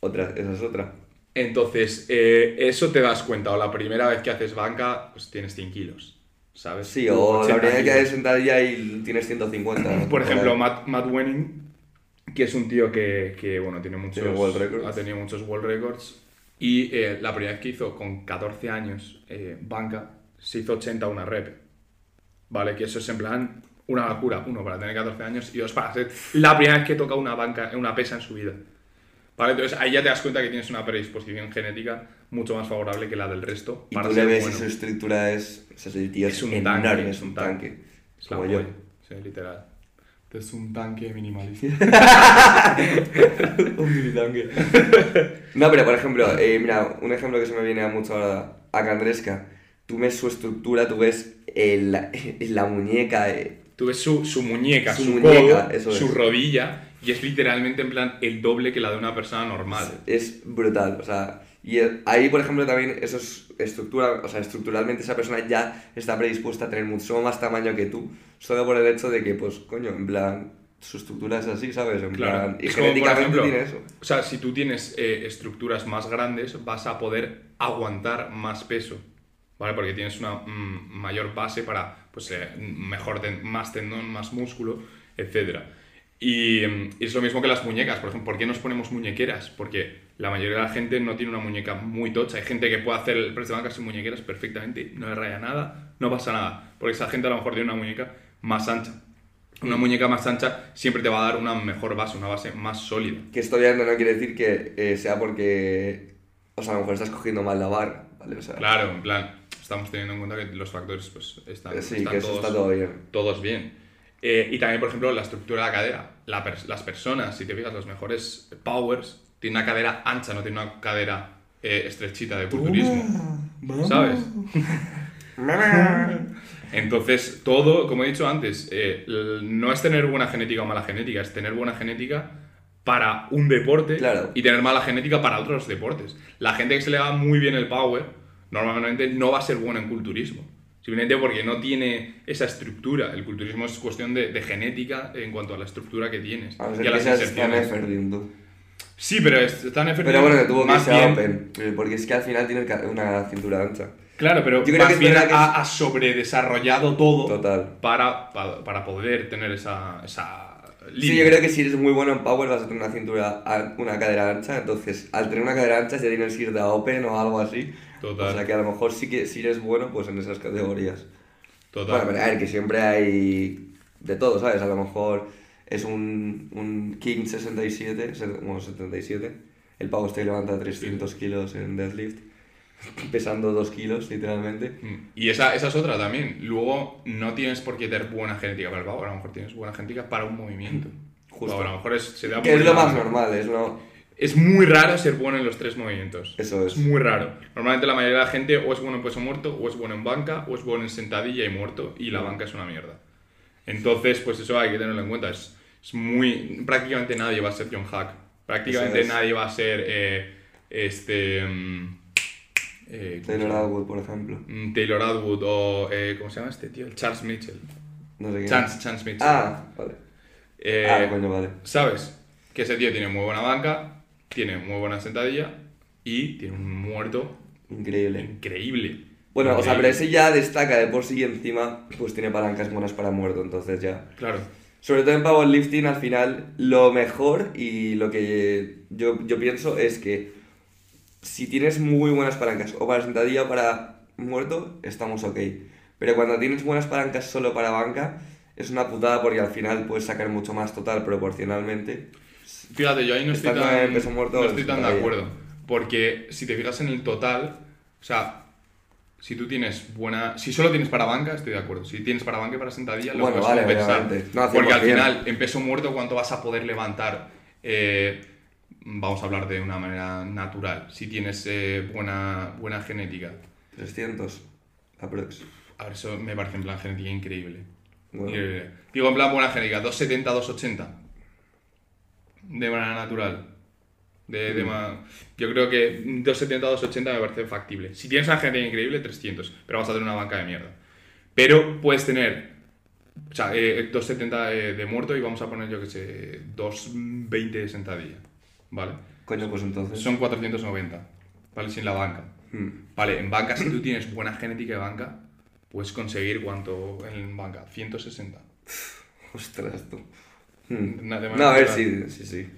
S1: Otra, esa es otra.
S2: Entonces, eh, eso te das cuenta. O la primera vez que haces banca, pues tienes 100 kilos, ¿sabes?
S1: Sí, o la
S2: 80
S1: primera vez que
S2: kilos.
S1: haces sentadilla y tienes 150. ¿no?
S2: <laughs> Por ejemplo,
S1: ahí.
S2: Matt, Matt Wenning, que es un tío que, que, bueno, tiene muchos,
S1: Tiene world records.
S2: ha tenido muchos world records. Y eh, la primera vez que hizo, con 14 años, eh, banca, se hizo 80 una rep. ¿Vale? Que eso es en plan una locura. Uno, para tener 14 años y dos, para ser la primera vez que toca una banca, una pesa en su vida. ¿Vale? Entonces ahí ya te das cuenta que tienes una predisposición genética mucho más favorable que la del resto.
S1: Y
S2: para
S1: tú le
S2: ser
S1: ves
S2: bueno.
S1: y su estructura es. O sea, el tío
S2: Es
S1: es,
S2: un
S1: enorme,
S2: tanque,
S1: es un tanque.
S2: Es la
S1: Como yo.
S2: polla, sí, literal. Es un tanque minimalista.
S1: <laughs>
S2: <laughs>
S1: No, pero por ejemplo, eh, mira, un ejemplo que se me viene a mucho ahora a Candresca. Tú ves su estructura, tú ves el- <laughs> la muñeca. eh,
S2: Tú ves su, su muñeca, su,
S1: Su muñeca,
S2: codo,
S1: eso
S2: su
S1: es.
S2: rodilla, y es literalmente en plan el doble que la de una persona normal.
S1: Es brutal, o sea. Y el- ahí, por ejemplo, también eso es estructura, o sea, estructuralmente esa persona ya está predispuesta a tener mucho más tamaño que tú, solo por el hecho de que, pues, coño, en plan, su estructura es así, ¿sabes? En
S2: Claro.
S1: plan, y
S2: Es como, por
S1: genéticamente
S2: ejemplo,
S1: tiene eso.
S2: O sea, si tú tienes eh, estructuras más grandes, vas a poder aguantar más peso, ¿vale? Porque tienes una mm, mayor base para, pues, eh, mejor, ten- más tendón, más músculo, etc. Y mm, es lo mismo que las muñecas, por ejemplo. ¿Por qué nos ponemos muñequeras? Porque la mayoría de la gente no tiene una muñeca muy tocha. Hay gente que puede hacer el press de banca sin muñequeras perfectamente, no le raya nada, no pasa nada. Porque esa gente a lo mejor tiene una muñeca más ancha. Una muñeca más ancha siempre te va a dar una mejor base, una base más sólida.
S1: Que esto obviamente no quiere decir que eh, sea porque. O sea, a lo mejor estás cogiendo mal la barra, ¿vale? O sea,
S2: Claro, en plan, estamos teniendo en cuenta que los factores pues, están,
S1: eh, sí,
S2: están
S1: que eso está todo bien.
S2: todos bien. Eh, y también, por ejemplo, la estructura de la cadera. La pers- las personas, si te fijas, los mejores powers tienen una cadera ancha, no tienen una cadera eh, estrechita de culturismo. ¿Sabes? <laughs> Entonces, todo, como he dicho antes, eh, l- no es tener buena genética o mala genética, es tener buena genética para un deporte
S1: Claro.
S2: y tener mala genética para otros deportes. La gente que se le va muy bien el power, normalmente no va a ser buena en culturismo. Simplemente porque no tiene esa estructura. El culturismo es cuestión de, de genética en cuanto a la estructura que tienes.
S1: A no
S2: y
S1: ser que
S2: a las
S1: seas Stan
S2: inserciones.
S1: Efferding, tú.
S2: Sí, pero es- está en efecto
S1: Pero bueno, que tuvo que
S2: más
S1: ser
S2: bien-
S1: open. eh, Porque es que al final tiene ca- una cintura ancha.
S2: Claro, pero
S1: Yo creo
S2: más
S1: que es
S2: bien
S1: verdad que
S2: ha, ha sobredesarrollado todo
S1: Total.
S2: Para, para, para poder tener esa, esa
S1: Sí, yo creo que si eres muy bueno en power vas a tener una cintura, an- una cadera ancha, entonces al tener una cadera ancha ya tienes que ir de a open o algo así.
S2: Total.
S1: O sea que a lo mejor sí que si eres bueno pues en esas categorías.
S2: Total.
S1: Bueno, a ver, que siempre hay de todo, ¿sabes? A lo mejor es un, un King 67, se- bueno, 77, el pavo este que levanta 300 kilos en deadlift, <laughs> pesando 2 kilos literalmente.
S2: Mm. Y esa, esa es otra también. Luego, no tienes por qué tener buena genética para el pavo, a lo mejor tienes buena genética para un movimiento.
S1: Justo.
S2: O a lo mejor es, se da
S1: Que
S2: muy
S1: es lo
S2: mal.
S1: más normal, es lo...
S2: Es muy raro ser bueno en los tres movimientos.
S1: Eso es.
S2: Es muy raro. Normalmente la mayoría de la gente o es bueno en peso muerto, o es bueno en banca, o es bueno en sentadilla y muerto, y la banca es una mierda. Entonces, pues eso hay que tenerlo en cuenta. Es, es muy... Prácticamente nadie va a ser John Hack. Prácticamente
S1: Eso es.
S2: nadie va a ser... eh, este... mm, eh, ¿cómo se
S1: Taylor
S2: llama?
S1: Atwood, por ejemplo.
S2: Mm, Taylor Atwood o... eh, ¿Cómo se llama este tío? El Charles Mitchell.
S1: No sé quién.
S2: Chance, Chance Mitchell.
S1: Ah, vale.
S2: Eh,
S1: ah, coño, vale.
S2: ¿Sabes? Que ese tío tiene muy buena banca, tiene muy buena sentadilla y tiene un muerto
S1: Increíble.
S2: increíble.
S1: Bueno, o sea, pero
S2: Increíble.
S1: ese ya destaca de por sí y encima pues tiene palancas buenas para muerto, entonces ya...
S2: Claro,
S1: Sobre todo en powerlifting, al final, lo mejor y lo que yo, yo pienso es que si tienes muy buenas palancas, o para sentadilla o para muerto, estamos ok. Pero cuando tienes buenas palancas solo para banca, es una putada porque al final puedes sacar mucho más total proporcionalmente.
S2: fíjate, yo ahí no estoy
S1: Estás con
S2: tan,
S1: el peso muerto
S2: no
S1: en
S2: estoy tan de
S1: sentadilla.
S2: acuerdo. Porque si te fijas en el total, o sea, si tú tienes buena. Si solo tienes para banca, estoy de acuerdo. Si tienes para banca y para sentadilla, lo
S1: Bueno,
S2: puedes
S1: vale,
S2: compensar.
S1: obviamente. No,
S2: porque al
S1: 100%.
S2: final, en peso muerto, ¿cuánto vas a poder levantar? Eh, vamos a hablar de una manera natural. Si tienes eh, buena, buena genética.
S1: 300, aprox.
S2: A ver, eso me parece en plan genética increíble.
S1: Bueno.
S2: Increíble. eh, Digo, en plan buena genética, 270, 280. De manera natural. De, de ma- Yo creo que 270, 280 me parece factible. Si tienes una genética increíble, 300, pero vas a tener una banca de mierda. Pero puedes tener, o sea, eh, 270 de, de muerto y vamos a poner, yo que sé, 220 de sentadilla. ¿Vale?
S1: Coño, pues entonces...
S2: Son 490, ¿vale? Sin la banca.
S1: Hmm. <laughs>
S2: Vale, en banca, si tú tienes buena genética de banca, puedes conseguir cuánto en banca, 160.
S1: Ostras, tú. Hmm.
S2: Na- de
S1: No,
S2: manera
S1: a ver, sí,
S2: natural.
S1: sí, sí.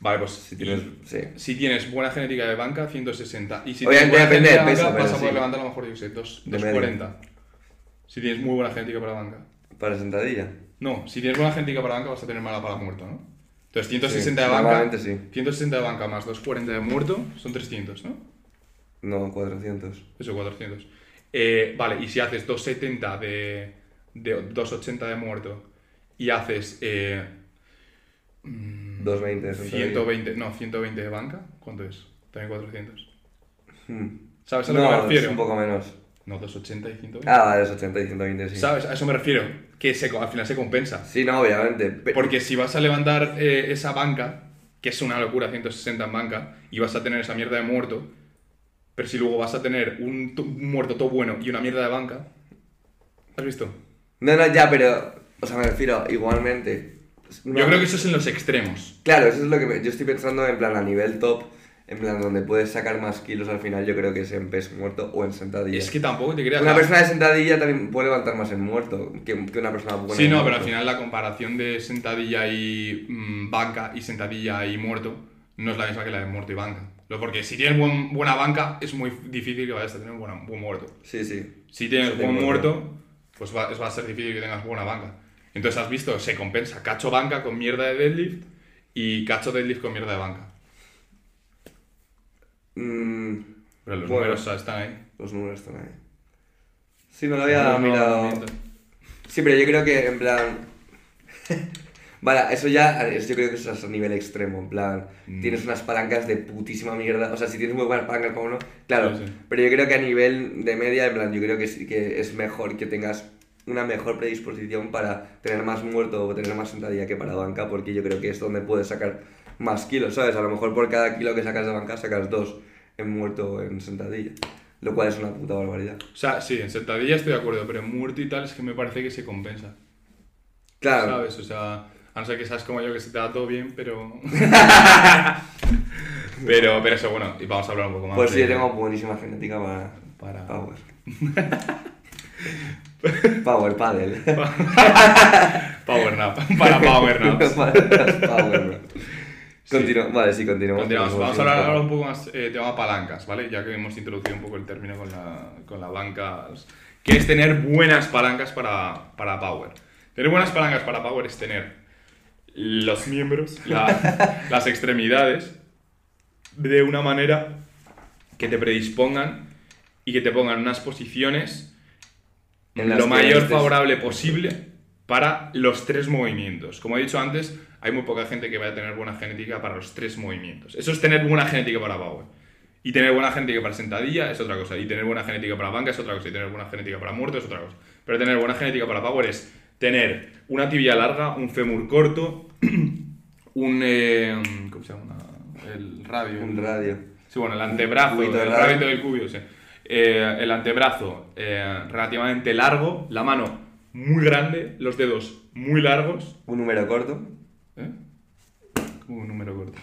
S2: Vale, pues
S1: Si tienes... Sí.
S2: si tienes buena genética de banca, 160. Y si
S1: Obviamente
S2: tienes buena
S1: depende
S2: genética
S1: del
S2: de
S1: peso,
S2: banca,
S1: pero
S2: vas a poder
S1: sí.
S2: levantar a lo mejor, yo qué sé, dos-
S1: De
S2: 240. Si tienes muy buena genética para banca.
S1: Para sentadilla.
S2: No, si tienes buena genética para banca, vas a tener mala para muerto, ¿no? Entonces, 160
S1: Sí,
S2: de banca.
S1: normalmente sí.
S2: 160 de banca más 240 de muerto son 300, ¿no?
S1: No, 400.
S2: Eso, 400. Eh, vale, y si haces 270 de, de 280 de muerto y haces eh,
S1: 220 de sentadilla.
S2: 120, no, 120 de banca, ¿cuánto es? También 400.
S1: Hmm.
S2: ¿Sabes a lo
S1: No,
S2: que me
S1: es
S2: refiero?
S1: un poco menos.
S2: No, 280 y 120.
S1: Ah, vale, es 80 y 120, sí.
S2: ¿Sabes? A eso me refiero, que se, co- al final se compensa.
S1: Sí, no, obviamente. pe-
S2: Porque si vas a levantar eh, esa banca, que es una locura, 160 en banca, y vas a tener esa mierda de muerto, pero si luego vas a tener un, to- un muerto todo bueno y una mierda de banca, ¿has visto?
S1: No, no, ya, pero... O sea, me refiero, igualmente...
S2: Yo creo que eso es en los extremos.
S1: Claro, eso es lo que me- yo estoy pensando en plan a nivel top, en plan donde puedes sacar más kilos al final, yo creo que es en peso muerto o en sentadilla.
S2: Es que tampoco te creas.
S1: Una
S2: la-
S1: persona de sentadilla también puede levantar más en muerto que, que una persona buena
S2: sí,
S1: en
S2: no,
S1: muerto.
S2: pero al final la comparación de sentadilla y mm, banca y sentadilla y muerto no es la misma que la de muerto y banca. Lo Lo- Porque si tienes buen- buena banca, es muy difícil que vayas a tener un buen, buen muerto.
S1: Sí, sí.
S2: Si tienes
S1: Sí,
S2: buen
S1: tengo
S2: muerto, pues va, es- va a ser difícil que tengas buena banca. Entonces, has visto, se compensa cacho banca con mierda de deadlift y cacho deadlift con mierda de banca.
S1: Mm,
S2: Pero los
S1: Bueno.
S2: números están ahí.
S1: los números están ahí. Sí, no lo había
S2: No, no,
S1: mirado.
S2: miento.
S1: Sí, pero yo creo que en plan. <laughs> vale, eso ya. eso yo creo que eso es a nivel extremo. En plan,
S2: Mm.
S1: tienes unas palancas de putísima mierda. O sea, si tienes muy buenas palancas como uno, claro.
S2: Sí, sí.
S1: Pero yo creo que a nivel de media, en plan, yo creo que, sí que es mejor que tengas una mejor predisposición para tener más muerto o tener más sentadilla que para banca, porque yo creo que es donde puedes sacar más kilos, ¿sabes? A lo mejor por cada kilo que sacas de banca sacas dos en muerto o en sentadilla, lo cual es una puta barbaridad.
S2: O sea, sí, en sentadilla estoy de acuerdo, pero en muerto y tal es que me parece que se compensa.
S1: Claro,
S2: ¿Sabes? O sea, a no ser que seas como yo que se te da todo bien,
S1: <laughs>
S2: pero. pero, pero eso, bueno, y vamos a hablar un poco más.
S1: pues sí,
S2: de-
S1: yo tengo buenísima genética para,
S2: Para.
S1: Power. Power Paddle.
S2: Power nap. <laughs>
S1: <laughs>
S2: Para Power naps.
S1: Power Nap. Continu- Vale, sí, continuamos.
S2: Continuamos.
S1: Por
S2: Vamos a
S1: favor,
S2: hablar
S1: sí,
S2: ahora un poco más eh, tema palancas, ¿vale? Ya que hemos introducido un poco el término con la, con la banca. Que es tener buenas palancas para, para Power. Tener buenas palancas para Power es tener los miembros, la- las extremidades, de una manera que te predispongan y que te pongan unas posiciones
S1: En las
S2: lo
S1: que
S2: mayor
S1: estés-
S2: favorable posible para los tres movimientos. Como he dicho antes, hay muy poca gente que vaya a tener buena genética para los tres movimientos. Eso es tener buena genética para power. Y tener buena genética para sentadilla es otra cosa. Y tener buena genética para banca es otra cosa. Y tener buena genética para muerto es otra cosa. Pero tener buena genética para power es tener una tibia larga, un fémur corto, <clears throat> un... eh, ¿Cómo se llama? El radio.
S1: Un radio.
S2: Sí, bueno, el antebrazo,
S1: Cubito
S2: el
S1: del radio.
S2: rabito del cubio, sí. Eh, el antebrazo eh, relativamente largo, la mano muy grande, los dedos muy largos.
S1: Un número corto.
S2: ¿Eh? Como un número corto.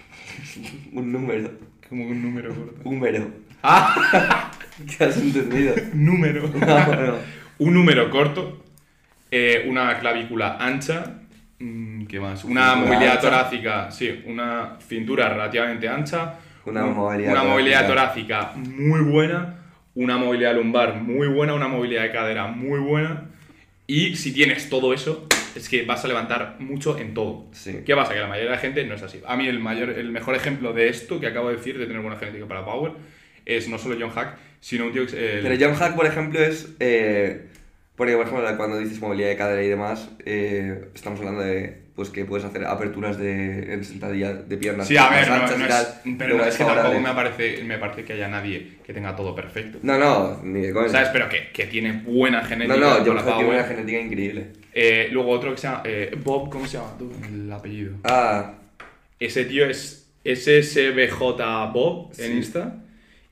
S1: Un número.
S2: Como un número
S1: <laughs>
S2: corto.
S1: Número.
S2: ¡Ah!
S1: <laughs> ¿Qué has entendido? <laughs>
S2: Número.
S1: No, no.
S2: un número corto, eh, una clavícula ancha, mm, ¿qué más? Una
S1: Cintura
S2: movilidad
S1: ancha.
S2: torácica, sí, una cintura relativamente ancha,
S1: Una
S2: un-
S1: movilidad
S2: una movilidad torácica muy buena, una movilidad lumbar muy buena, una movilidad de cadera muy buena. Y si tienes todo eso, es que vas a levantar mucho en todo.
S1: Sí.
S2: ¿Qué pasa? Que la mayoría de la gente no es así. A mí el, mayor, el mejor ejemplo de esto que acabo de decir, de tener buena genética para Power, es no solo John Hack, sino un tío que... es el-
S1: Pero John Hack, por ejemplo, es. eh, porque, por ejemplo, cuando dices movilidad de cadera y demás, eh, estamos hablando de pues que puedes hacer aperturas de en sentadilla de piernas.
S2: Sí, a
S1: más
S2: ver, no,
S1: anchas y
S2: no
S1: tal,
S2: es, pero
S1: luego
S2: no es
S1: es
S2: que
S1: favorable.
S2: tampoco me parece, me parece que haya nadie que tenga todo perfecto.
S1: No, no, ni de coña.
S2: ¿Sabes? Pero que, que tiene buena
S1: No,
S2: genética.
S1: no, John
S2: para
S1: Hack tiene
S2: Power.
S1: una genética increíble.
S2: Eh, luego otro que se llama eh, Bob, ¿cómo se llama tú? El apellido.
S1: Ah,
S2: Ese tío es SSBJ Bob en
S1: Sí.
S2: Insta.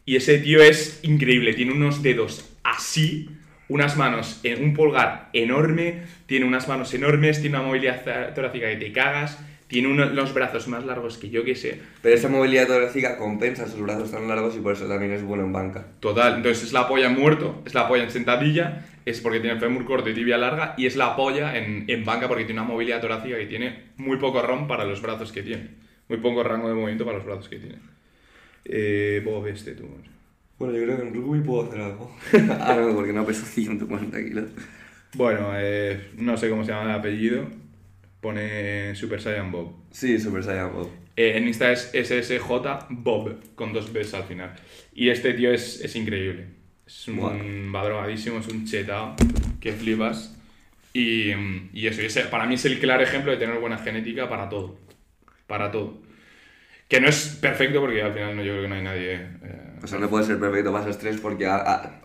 S2: Y ese tío es increíble. Tiene unos dedos así, unas manos, en un pulgar enorme, tiene unas manos enormes, tiene una movilidad ta- torácica que te cagas, tiene uno- los brazos más largos que yo que sé.
S1: pero esa movilidad torácica compensa sus brazos tan largos y por eso también es bueno en banca.
S2: Total, entonces es la polla en muerto, es la polla en sentadilla, es porque tiene el fémur corto y tibia larga, y es la polla en, en banca porque tiene una movilidad torácica que tiene muy poco ROM para los brazos que tiene, muy poco rango de movimiento para los brazos que tiene. Eh, Bob, este tú.
S1: Bueno, yo creo que en rugby puedo hacer algo. <laughs> ah, no, porque no peso 140 kilos.
S2: Bueno, eh, no sé cómo se llama el apellido, pone Super Saiyan Bob.
S1: Sí, Super Saiyan Bob.
S2: Eh, en Insta es SSJ Bob, con dos Bs al final. Y este tío es, es increíble. Es un
S1: Guau.
S2: va drogadísimo, es un chetao que flipas. Y, mm, y eso, y ese, para mí es el claro ejemplo de tener buena genética para todo. Para todo. Que no es perfecto porque al final no, yo creo que no hay nadie. eh,
S1: O sea, no puede ser perfecto para esos tres porque a- a-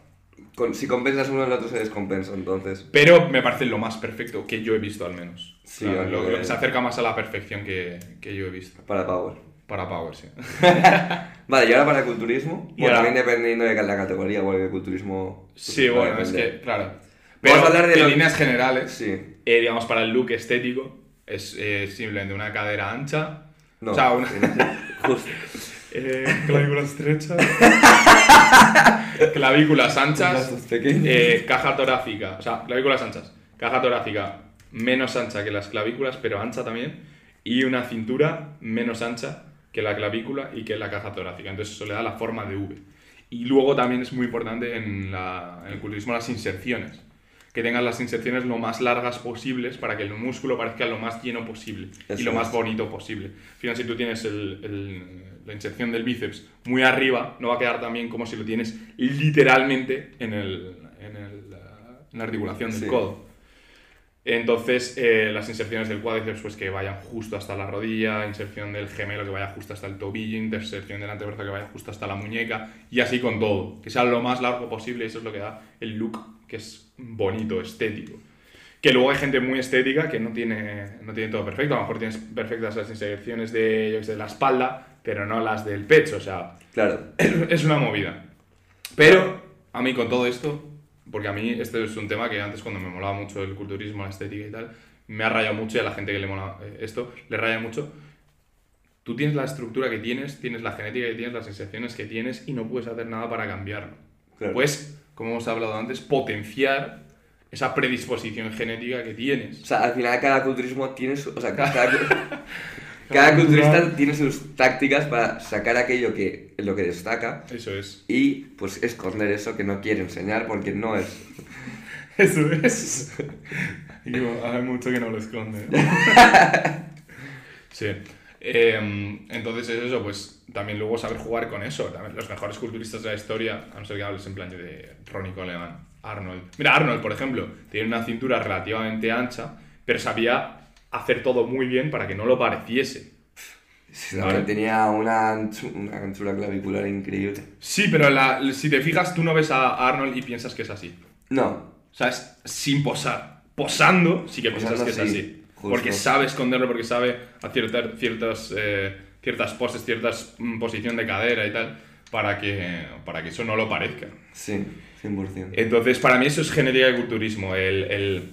S1: con- si compensas uno, el otro se descompensa, entonces.
S2: pero me parece lo más perfecto que yo he visto al menos.
S1: Sí,
S2: Claro, lo-
S1: algo
S2: lo-
S1: de-
S2: se acerca más a la perfección que, que yo he visto.
S1: Para Power.
S2: Para Power, sí.
S1: Pues Vale, y ahora para culturismo.
S2: Y
S1: bueno,
S2: ahora-
S1: también dependiendo de la categoría, porque el culturismo. pues,
S2: Sí,
S1: va a
S2: bueno, es
S1: depender.
S2: que, claro.
S1: Vamos
S2: Pero
S1: a hablar de
S2: en
S1: lo-
S2: líneas generales,
S1: Sí.
S2: eh, digamos, para el look estético, es eh, simplemente una cadera ancha.
S1: No.
S2: O sea, una
S1: <laughs> Justo.
S2: clavícula estrecha. <laughs> clavículas anchas.
S1: Brazos pequeños.
S2: eh, caja torácica. O sea, clavículas anchas. Caja torácica menos ancha que las clavículas, pero ancha también. Y una cintura menos ancha que la clavícula y que la caja torácica. Entonces eso le da la forma de V. Y luego también es muy importante en, la- en el culturismo las inserciones. Que tengan las inserciones lo más largas posibles para que el músculo parezca lo más lleno posible y
S1: Eso
S2: lo más
S1: es.
S2: bonito posible. Al final, si tú tienes el- el- la inserción del bíceps muy arriba, no va a quedar tan bien como si lo tienes literalmente en, el, en, el, eh, en la articulación del
S1: Sí.
S2: codo. Entonces, eh, las inserciones del cuádriceps, pues que vayan justo hasta la rodilla, inserción del gemelo que vaya justo hasta el tobillo, inserción del antebrazo que vaya justo hasta la muñeca, y así con todo. Que sea lo más largo posible, eso es lo que da el look, que es bonito, estético. Que luego hay gente muy estética que no tiene, no tiene todo perfecto, a lo mejor tienes perfectas las inserciones de, yo qué sé, de la espalda, pero no las del pecho, o sea,
S1: Claro.
S2: <coughs> es una movida. Pero a mí con todo esto, porque a mí este es un tema que antes cuando me molaba mucho el culturismo, la estética y tal, me ha rayado mucho y a la gente que le mola eh, esto le raya mucho. Tú tienes la estructura que tienes, tienes la genética que tienes, las sensaciones que tienes y no puedes hacer nada para cambiarlo.
S1: Claro.
S2: Pues, como hemos hablado antes, potenciar esa predisposición genética que
S1: O
S2: tienes.
S1: sea, al final cada culturismo tiene su... O sea, cada, cada culturista tiene sus tácticas para sacar aquello que, lo que destaca
S2: Eso es.
S1: y pues esconder eso que no quiere enseñar porque no es...
S2: Eso es. <laughs> Digo, hay mucho que no lo esconde. <laughs> sí. Em, entonces es eso, pues también luego saber jugar con eso. También los mejores culturistas de la historia, a no ser que hables en plan de Ronnie Coleman, Arnold. Mira, Arnold, por ejemplo, tiene una cintura relativamente ancha, pero sabía hacer todo muy bien para que no lo pareciese.
S1: Porque
S2: Vale.
S1: Tenía una, anchu- una anchura clavicular increíble.
S2: Sí, pero la- si te fijas, tú no ves a Arnold y piensas que es así.
S1: No,
S2: O sea, es sin posar. Posando sí que piensas
S1: Posando
S2: que es
S1: sí,
S2: así.
S1: justo.
S2: Porque sabe esconderlo, porque sabe aciertar ciertas, eh, ciertas poses, ciertas mm, posición de cadera y tal, para que, para que eso no lo parezca.
S1: sí, 100%.
S2: Entonces, para mí eso es genética de culturismo. El, el-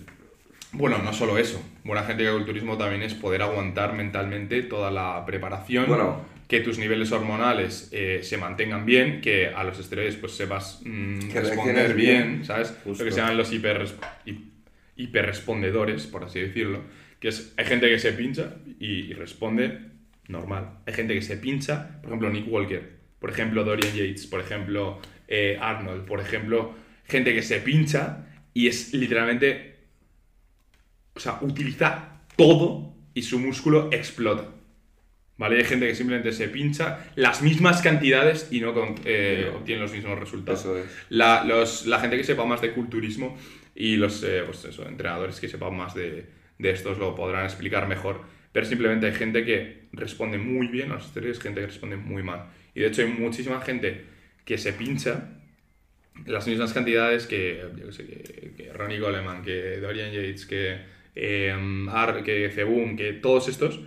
S2: Bueno, no solo eso. Buena genética de culturismo también es poder aguantar mentalmente toda la preparación.
S1: Bueno.
S2: Que tus niveles hormonales eh, se mantengan bien, que a los esteroides pues sepas mm,
S1: Que
S2: responder
S1: reacciones
S2: bien,
S1: bien.
S2: ¿sabes?
S1: Justo.
S2: Lo que se llaman los hiper, hiperrespondedores, por así decirlo. Que es, hay gente que se pincha y, y responde normal. Hay gente que se pincha, por ejemplo, Nick Walker, por ejemplo, Dorian Yates, por ejemplo, eh, Arnold, por ejemplo, gente que se pincha y es literalmente. O sea, utiliza todo y su músculo explota. ¿Vale? Hay gente que simplemente se pincha las mismas cantidades y no con- eh, obtiene los mismos resultados
S1: Eso es.
S2: la, los- la gente que sepa más de culturismo y los eh, pues eso, entrenadores que sepan más de, de estos lo podrán explicar mejor. Pero simplemente hay gente que responde muy bien a los esteroides, gente que responde muy mal. Y de hecho hay muchísima gente que se pincha las mismas cantidades que, yo qué sé, que, que Ronnie Coleman, que Dorian Yates, que, eh, Ar- que Cebum, que todos estos,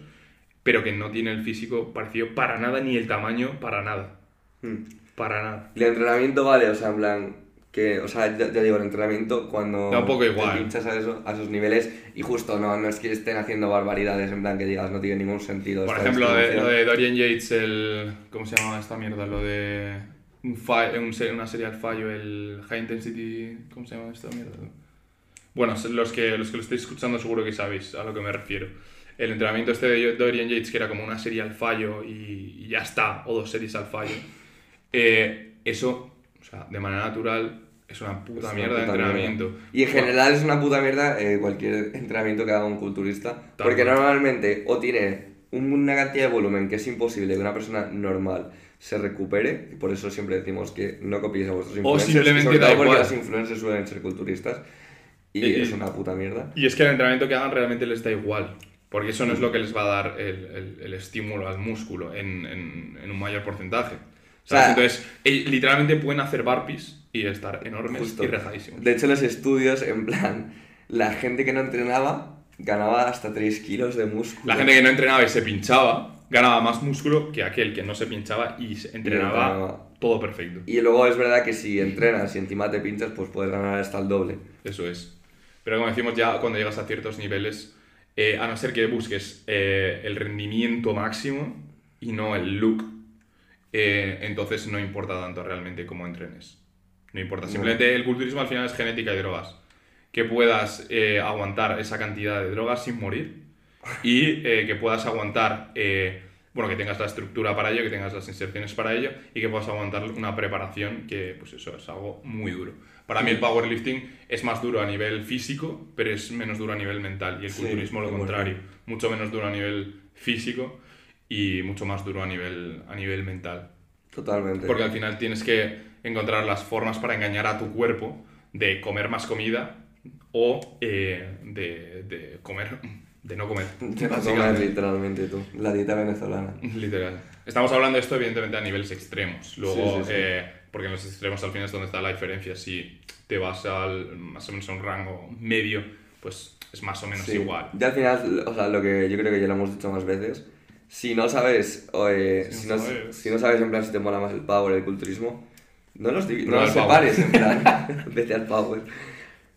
S2: pero que no tiene el físico parecido para nada, ni el tamaño para nada.
S1: Mm.
S2: Para nada.
S1: El entrenamiento vale, o sea, en plan, que, o sea, ya, ya digo, el entrenamiento cuando
S2: Da un poco igual.
S1: te pinchas a, eso, a esos niveles y justo no, no es que estén haciendo barbaridades, en plan que digas, no tiene ningún sentido.
S2: Por
S1: esta
S2: ejemplo, lo de,
S1: discriminación.
S2: lo de Dorian Yates, el. ¿Cómo se llama esta mierda? Lo de. Un fallo, una serie al fallo, el High Intensity. ¿Cómo se llama esta mierda? Bueno, los que, los que lo estéis escuchando seguro que sabéis a lo que me refiero. El entrenamiento este de Dorian Yates, que era como una serie al fallo y, y ya está, o dos series al fallo. eh, eso, o sea, de manera natural, es una
S1: Es
S2: puta
S1: una
S2: mierda de
S1: puta
S2: entrenamiento.
S1: mierda. Y en general es una puta mierda eh, cualquier entrenamiento que haga un culturista. porque
S2: cual.
S1: normalmente o tiene un- una cantidad de volumen que es imposible que una persona normal se recupere, y por eso siempre decimos que no copiéis a vuestros influencers,
S2: simplemente
S1: sobre todo
S2: da
S1: porque
S2: igual.
S1: los influencers suelen ser culturistas y,
S2: Y- y-
S1: es una puta mierda.
S2: Y es que el entrenamiento que hagan realmente les da igual, porque eso no es lo que les va a dar el, el- el estímulo al músculo en, en- en un mayor porcentaje. ¿sabes?
S1: sea,
S2: Entonces, eh, literalmente pueden hacer burpees y estar enormes
S1: Justo.
S2: y rajadísimos.
S1: De hecho, los estudios, en plan, la gente que no entrenaba ganaba hasta 3 kilos de músculo.
S2: La gente que no entrenaba y se pinchaba ganaba más músculo que aquel que no se pinchaba y se entrenaba,
S1: entrenaba.
S2: todo perfecto.
S1: Y luego es verdad que si entrenas y encima te pinchas, pues puedes ganar hasta el doble.
S2: Eso es. Pero como decimos, ya cuando llegas a ciertos niveles, eh, a no ser que busques eh, el rendimiento máximo y no el look, eh, entonces no importa tanto realmente cómo entrenes. No importa.
S1: No.
S2: Simplemente el culturismo al final es genética y drogas. Que puedas eh, aguantar esa cantidad de drogas sin morir y eh, que puedas aguantar eh, bueno, que tengas la estructura para ello, que tengas las inserciones para ello y que puedas aguantar una preparación que, pues eso, es algo muy duro. Para mí el powerlifting es más duro a nivel físico, pero es menos duro a nivel mental y el
S1: Sí,
S2: culturismo lo
S1: muy
S2: contrario, mucho menos duro a nivel físico y mucho más duro a nivel, a nivel mental.
S1: Totalmente.
S2: Porque al final tienes que encontrar las formas para engañar a tu cuerpo de comer más comida o eh, de, de comer, de no comer.
S1: Te la comes
S2: básicamente.
S1: literalmente tú. La dieta venezolana.
S2: Literal. Estamos hablando de esto, evidentemente, a niveles extremos. Luego,
S1: Sí, sí, sí.
S2: eh, porque en los extremos al final es donde está la diferencia. Si te vas al más o menos a un rango medio, pues es más o menos
S1: Sí.
S2: igual.
S1: Ya al final, o sea, lo que yo creo que ya lo hemos dicho más veces, si no sabes, o, eh,
S2: Si
S1: si,
S2: no
S1: no,
S2: sabes.
S1: si no sabes en plan si te mola más el power, el culturismo, no los, divi- no
S2: Prueba
S1: los
S2: el power.
S1: separes, en
S2: <laughs>
S1: plan, <laughs> vete al power.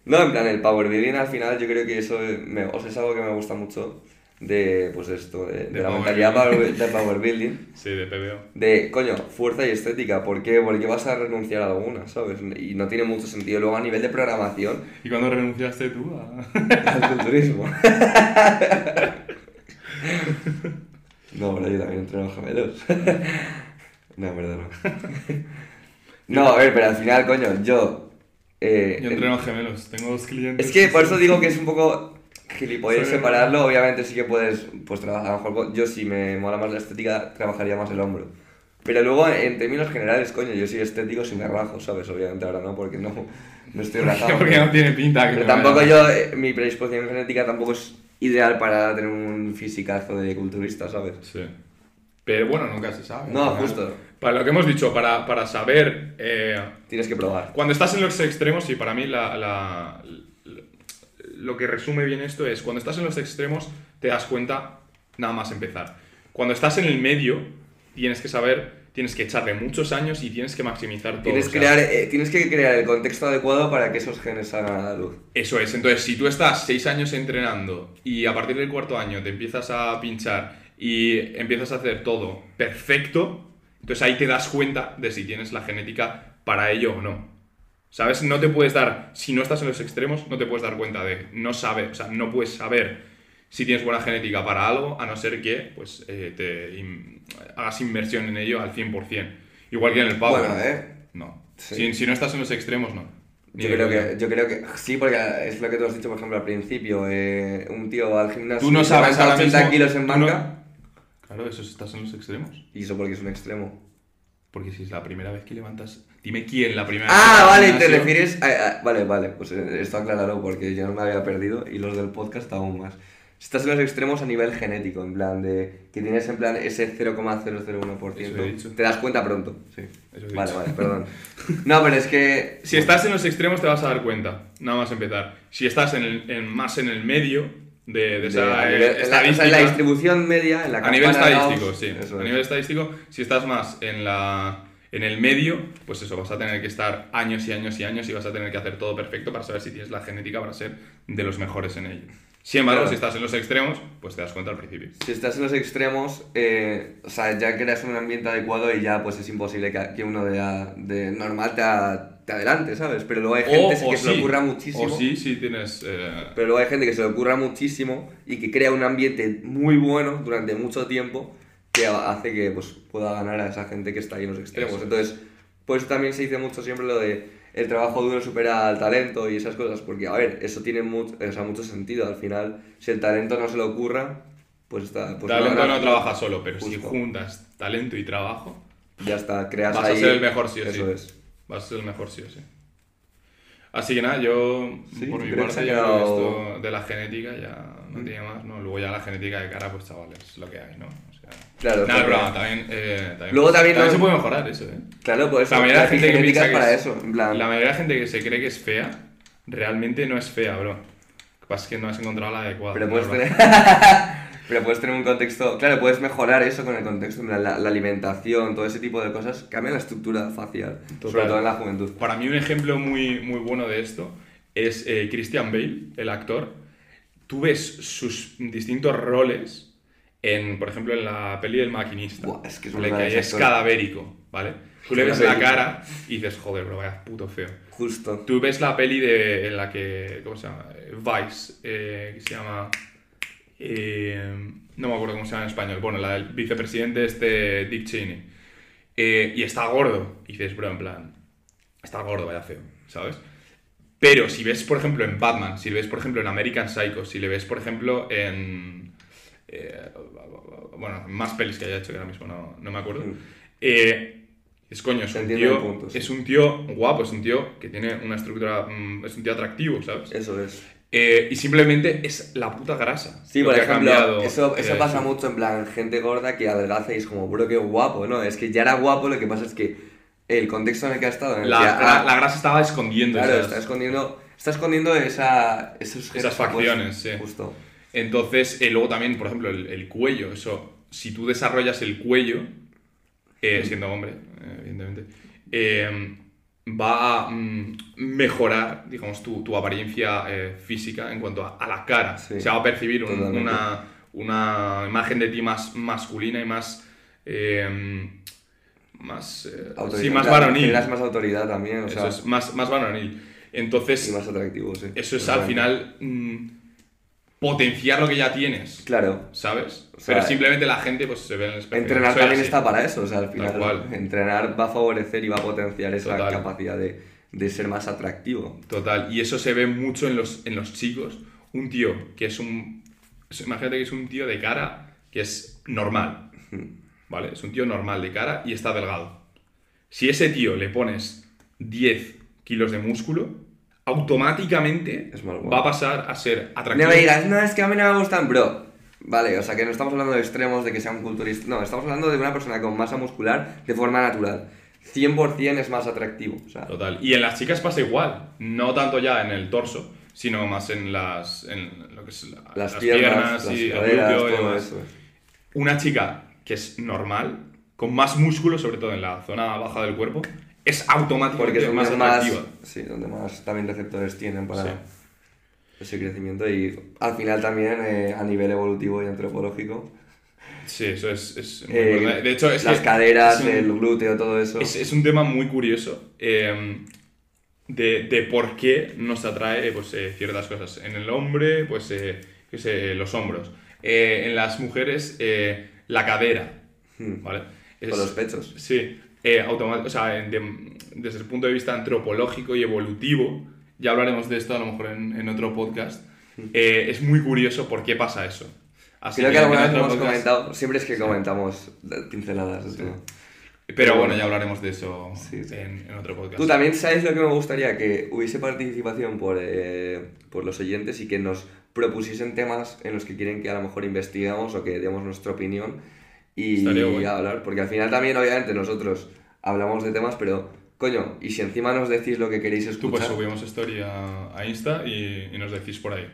S1: No, en plan, el power living al final yo creo que eso eh, me- o sea, es algo que me gusta mucho de, pues esto, de, de la
S2: power
S1: mentalidad
S2: building.
S1: power, de power building.
S2: Sí, de PBO.
S1: De, coño, fuerza y estética, ¿por qué? Porque vas a renunciar a alguna, ¿sabes? Y no tiene mucho sentido. Luego a nivel de programación,
S2: ¿Y cuándo renunciaste tú a...?
S1: <laughs> al culturismo. No, pero yo también entreno gemelos. No, en verdad no. No, a ver, pero al final, coño, yo... eh,
S2: Yo entreno gemelos, tengo dos clientes.
S1: es
S2: <laughs>
S1: que por eso digo que es un poco gilipollas
S2: Sí.
S1: separarlo. Obviamente sí que puedes pues, trabajar mejor. con- Yo si me mola más la estética, trabajaría más el hombro. Pero luego, en términos generales, coño, yo soy estético si me rajo, ¿sabes? Obviamente ahora no, porque no, no estoy rajado.
S2: <laughs> Porque no tiene pinta que
S1: Pero
S2: me vaya.
S1: tampoco yo, eh, mi predisposición genética tampoco es ideal para tener un fisicazo de culturista, ¿sabes?
S2: Sí. Pero bueno, nunca se sabe.
S1: No,
S2: Al final,
S1: justo.
S2: Para lo que hemos dicho, para, para saber... eh,
S1: Tienes que probar.
S2: Cuando estás en los extremos, y para mí la- la- la- lo que resume bien esto es, cuando estás en los extremos te das cuenta nada más empezar. Cuando estás en el medio, tienes que saber, tienes que echarle muchos años y tienes que maximizar todo.
S1: Tienes,
S2: o sea,
S1: crear, eh, tienes que crear el contexto adecuado para que esos genes salgan a la luz.
S2: Eso es, entonces si tú estás seis años entrenando y a partir del cuarto año te empiezas a pinchar y empiezas a hacer todo perfecto, entonces ahí te das cuenta de si tienes la genética para ello o no. ¿Sabes? No te puedes dar, si no estás en los extremos, no te puedes dar cuenta de, no sabes, o sea, no puedes saber si tienes buena genética para algo, a no ser que pues, eh, te in- hagas inversión en ello al 100%. Igual que en el power.
S1: Bueno, ¿eh?
S2: No.
S1: Sí.
S2: Si, si no estás en los extremos, no. Ni
S1: Yo
S2: de
S1: creo,
S2: coña.
S1: que, yo creo que sí, porque es lo que tú has dicho, por ejemplo, al principio. eh, un tío va al gimnasio
S2: Tú no
S1: y se
S2: sabes
S1: levanta
S2: ahora
S1: 80
S2: mismo-
S1: kilos en
S2: tú no-
S1: banca.
S2: Claro, eso estás en los extremos.
S1: Y eso porque es un extremo.
S2: Porque si es la primera vez que levantas. Dime quién la primera vez. que
S1: Ah, vale, te
S2: levantas yo.
S1: refieres. a- a- vale, vale, pues eh, esto acláralo porque yo no me había perdido y los del podcast aún más. Estás en los extremos a nivel genético, en plan de que tienes en plan ese
S2: Eso he dicho.
S1: 0,001%. Te das cuenta pronto. Sí.
S2: Eso he
S1: Vale,
S2: dicho.
S1: vale, perdón. No, pero es que.
S2: Si estás en los extremos te vas a dar cuenta. Nada más empezar. Si estás en el- en- más en el medio de, de
S1: de-
S2: esa
S1: a
S2: eh,
S1: nivel- en la, o sea, en
S2: estadística.
S1: la distribución media, en la
S2: a nivel
S1: campana de Gauss,
S2: estadístico, sí.
S1: eso
S2: A
S1: es.
S2: nivel estadístico, si estás más en la. En el medio, pues eso, vas a tener que estar años y años y años y vas a tener que hacer todo perfecto para saber si tienes la genética para ser de los mejores en ello. Sin embargo,
S1: Claro.
S2: si estás en los extremos, pues te das cuenta al principio.
S1: Si estás en los extremos, eh, o sea, ya creas un ambiente adecuado y ya pues es imposible que, que uno de, a- de normal te, a- te adelante, ¿sabes? Pero luego hay gente que se le ocurra muchísimo.
S2: O sí, sí tienes. eh,
S1: Pero luego hay gente que se le ocurra muchísimo y que crea un ambiente muy bueno durante mucho tiempo que a- hace que pues, pueda ganar a esa gente que está ahí en los extremos.
S2: Eso es.
S1: Entonces, pues también se dice mucho siempre lo de el trabajo duro supera al talento y esas cosas, porque a ver, eso tiene mucho, o sea, mucho sentido. Al final, si el talento no se le ocurra, pues está. Pues
S2: talento no,
S1: ganas.
S2: trabaja solo, pero si
S1: Justo.
S2: juntas talento y trabajo,
S1: Ya está, creas
S2: vas
S1: ahí.
S2: a ser el mejor sí o sí.
S1: Eso es.
S2: Vas a ser el mejor sí o sí. Así que nada, yo
S1: Sí,
S2: por mi
S1: creo que se
S2: parte
S1: ha
S2: ya creo que
S1: quedado-
S2: esto de la genética ya
S1: Mm.
S2: no tiene más, ¿no? Luego ya la genética de cara, pues chavales, lo que hay, ¿no? O sea,
S1: Claro,
S2: nada,
S1: porque-
S2: pero bueno, también, eh, también-
S1: Luego también no-
S2: se puede mejorar eso, ¿eh?
S1: Claro, pues
S2: La mayoría de
S1: las
S2: gente que
S1: genéticas
S2: piensa que
S1: para
S2: es-
S1: eso. En plan,
S2: La mayoría de gente que se cree que es fea, realmente no es fea, bro. Lo que pasa es que no has encontrado la adecuada.
S1: Pero
S2: ¿no,
S1: puedes,
S2: bro?
S1: tener... pero puedes tener <laughs> un contexto. Claro, puedes mejorar eso con el contexto. en plan, La, la alimentación, todo ese tipo de cosas. Cambia la estructura facial. Sobre
S2: Total.
S1: todo en la juventud.
S2: Para mí un ejemplo muy, muy bueno de esto es eh, Christian Bale, el actor. Tú ves sus distintos roles en, por ejemplo, en la peli del maquinista.
S1: Buah, es que es
S2: ¿vale?
S1: verdad ese
S2: es
S1: actor.
S2: cadavérico, ¿vale? Tú le ves la
S1: Cadavérico.
S2: cara y dices, joder, bro, vaya puto feo.
S1: Justo.
S2: Tú ves la peli de, en la que, ¿cómo se llama? Eh, Vice, eh, que se llama eh, no me acuerdo cómo se llama en español, bueno, la del vicepresidente este Dick Cheney, eh, y está gordo, y dices, bro, en plan, está gordo, vaya feo, ¿sabes? Pero si ves, por ejemplo, en Batman, si le ves, por ejemplo, en American Psycho, si le ves, por ejemplo, en... eh, bueno, más pelis que haya hecho que ahora mismo no, no me acuerdo.
S1: Mm.
S2: eh, es coño, es un,
S1: Entiendo
S2: tío,
S1: el punto, sí.
S2: es un tío guapo, es un tío que tiene una estructura... mm, es un tío atractivo, ¿sabes?
S1: Eso es.
S2: Eh, y simplemente es la puta grasa.
S1: Sí,
S2: lo
S1: por
S2: que ha
S1: ejemplo,
S2: cambiado,
S1: eso,
S2: eh,
S1: eso pasa mucho en plan gente gorda que adelgaza y es como, bro, qué guapo, ¿no? Es que ya era guapo, lo que pasa es que el contexto en el que ha estado, en el
S2: La,
S1: que ha-
S2: la- la grasa estaba escondiendo.
S1: claro,
S2: esas-
S1: está escondiendo, está escondiendo esa, esos gestos, pues,
S2: facciones, sí.
S1: Justo.
S2: Entonces, eh, luego también, por ejemplo, el, el cuello. Eso, si tú desarrollas el cuello, eh, siendo hombre, eh, evidentemente, eh, va a mm, mejorar, digamos, tu, tu apariencia eh, física en cuanto a, a la cara.
S1: Sí,
S2: Se va a percibir un-
S1: totalmente.
S2: una, una imagen de ti más masculina y más... eh, más, eh,
S1: Autoridad.
S2: sí, más
S1: Claro,
S2: varonil.
S1: generas más autoridad también, o
S2: Eso
S1: sea,
S2: es, más, más varonil. Entonces,
S1: y más atractivo, sí.
S2: eso es al
S1: Totalmente.
S2: final mm, potenciar lo que ya tienes,
S1: Claro.
S2: ¿sabes?
S1: sea,
S2: Pero simplemente la gente pues se ve en el espejo.
S1: Entrenar
S2: Soy
S1: también
S2: así.
S1: está para eso, o sea, al final
S2: cual.
S1: entrenar va a favorecer y va a potenciar esa
S2: Total.
S1: capacidad de, de ser más atractivo.
S2: Total, y eso se ve mucho en los, en los chicos. Un tío que es un... es- Imagínate que es un tío de cara que es normal, ¿vale? Es un tío normal de cara y está delgado. Si ese tío le pones 10 kilos de músculo, automáticamente
S1: Es más guapo.
S2: va a pasar a ser
S1: No
S2: atractivo.
S1: me digas, no, es que a mí no me gustan, bro. Vale, o sea que no estamos hablando de extremos, de que sea un culturista. No, estamos hablando de una persona con masa muscular de forma natural. 100% es más atractivo. O sea,
S2: Total. Y en las chicas pasa igual. No tanto ya en el torso, sino más en las, en lo que es la-
S1: las, piernas,
S2: y
S1: las
S2: el
S1: caderas,
S2: glúteo y
S1: todo
S2: demás.
S1: eso.
S2: Una chica que es normal, con más músculo, sobre todo en la zona baja del cuerpo, es
S1: Porque
S2: automáticamente
S1: es
S2: más
S1: más, más
S2: atractiva.
S1: Sí, donde más también receptores tienen para
S2: Sí.
S1: ese crecimiento. Y al final también eh, a nivel evolutivo y antropológico.
S2: Sí, eso es, es muy
S1: eh,
S2: importante. De hecho, es
S1: las
S2: que
S1: caderas,
S2: es un-
S1: el glúteo, todo eso.
S2: Es, es un tema muy curioso eh, de, de por qué nos atrae pues, eh, ciertas cosas. En el hombre, pues, eh, qué sé, los hombros. Eh, en las mujeres, eh, la cadera.
S1: Hmm.
S2: ¿Vale? Es-
S1: Con los pechos.
S2: Sí. eh, automa- o sea, en- de- desde el punto de vista antropológico y evolutivo, ya hablaremos de esto a lo mejor en, en otro podcast. eh, es muy curioso por qué pasa eso. Así
S1: Creo que
S2: en
S1: alguna vez
S2: otro
S1: hemos
S2: podcast-
S1: comentado, siempre es que comentamos pinceladas. de todo.
S2: Pero bueno, ya hablaremos de eso
S1: Sí, sí.
S2: En, en otro podcast.
S1: Tú también sabes lo que me gustaría, que hubiese participación por, eh, por los oyentes y que nos propusiesen temas en los que quieren que a lo mejor investigamos o que demos nuestra opinión y,
S2: Estaría guay.
S1: hablar, porque al final también obviamente nosotros hablamos de temas, pero coño, y si encima nos decís lo que queréis
S2: Tú pues
S1: escuchar,
S2: subimos story a, a Insta y, y nos decís por ahí.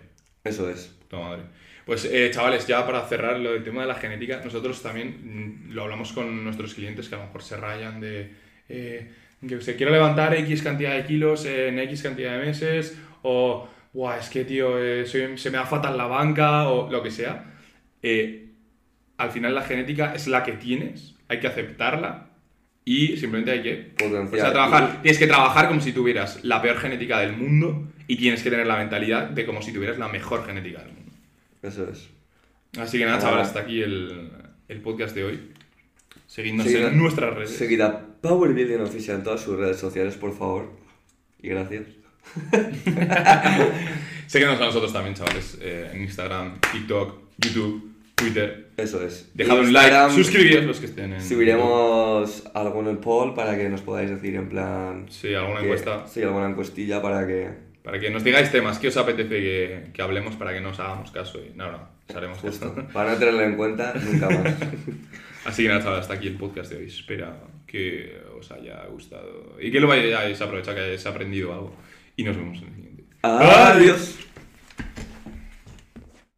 S1: eso es.
S2: Puta madre. Pues eh, chavales, ya para cerrar lo del tema de la genética, nosotros también mm, lo hablamos con nuestros clientes que a lo mejor se rayan de eh, que se quiero levantar X cantidad de kilos en X cantidad de meses o Buah, es que tío, eh, soy- se me da fatal la banca o lo que sea. Eh, al final la genética es la que tienes, hay que aceptarla y simplemente hay que o
S1: Potenciar.
S2: sea, Pues trabajar, tienes que trabajar como si tuvieras la peor genética del mundo y tienes que tener la mentalidad de como si tuvieras la mejor genética del mundo.
S1: Y- eso es.
S2: Así que nada,
S1: Ah.
S2: chavales, hasta aquí el, el podcast de hoy. Seguidnos
S1: Seguid-
S2: en nuestras redes.
S1: Seguida Powerbuilding Oficial en todas sus redes sociales, por favor. Y gracias.
S2: Seguidnos a nosotros también, chavales, eh, en Instagram, TikTok, YouTube, Twitter.
S1: Eso es.
S2: Dejad un
S1: Instagram,
S2: like, suscribíos los que estén en...
S1: Subiremos algún poll para que nos podáis decir en plan...
S2: Sí, alguna
S1: que-
S2: encuesta.
S1: Sí, alguna encuestilla para que...
S2: Para que nos digáis temas, que os apetece que, que hablemos para que nos hagamos caso y no, no, os haremos
S1: Justo.
S2: caso.
S1: Para no tenerlo en cuenta nunca
S2: <laughs>
S1: más.
S2: Así que nada, chavales, hasta aquí el podcast de hoy. Espera que os haya gustado y que lo vayáis a aprovechar, que hayáis aprendido algo. Y nos vemos en el siguiente.
S1: Adiós.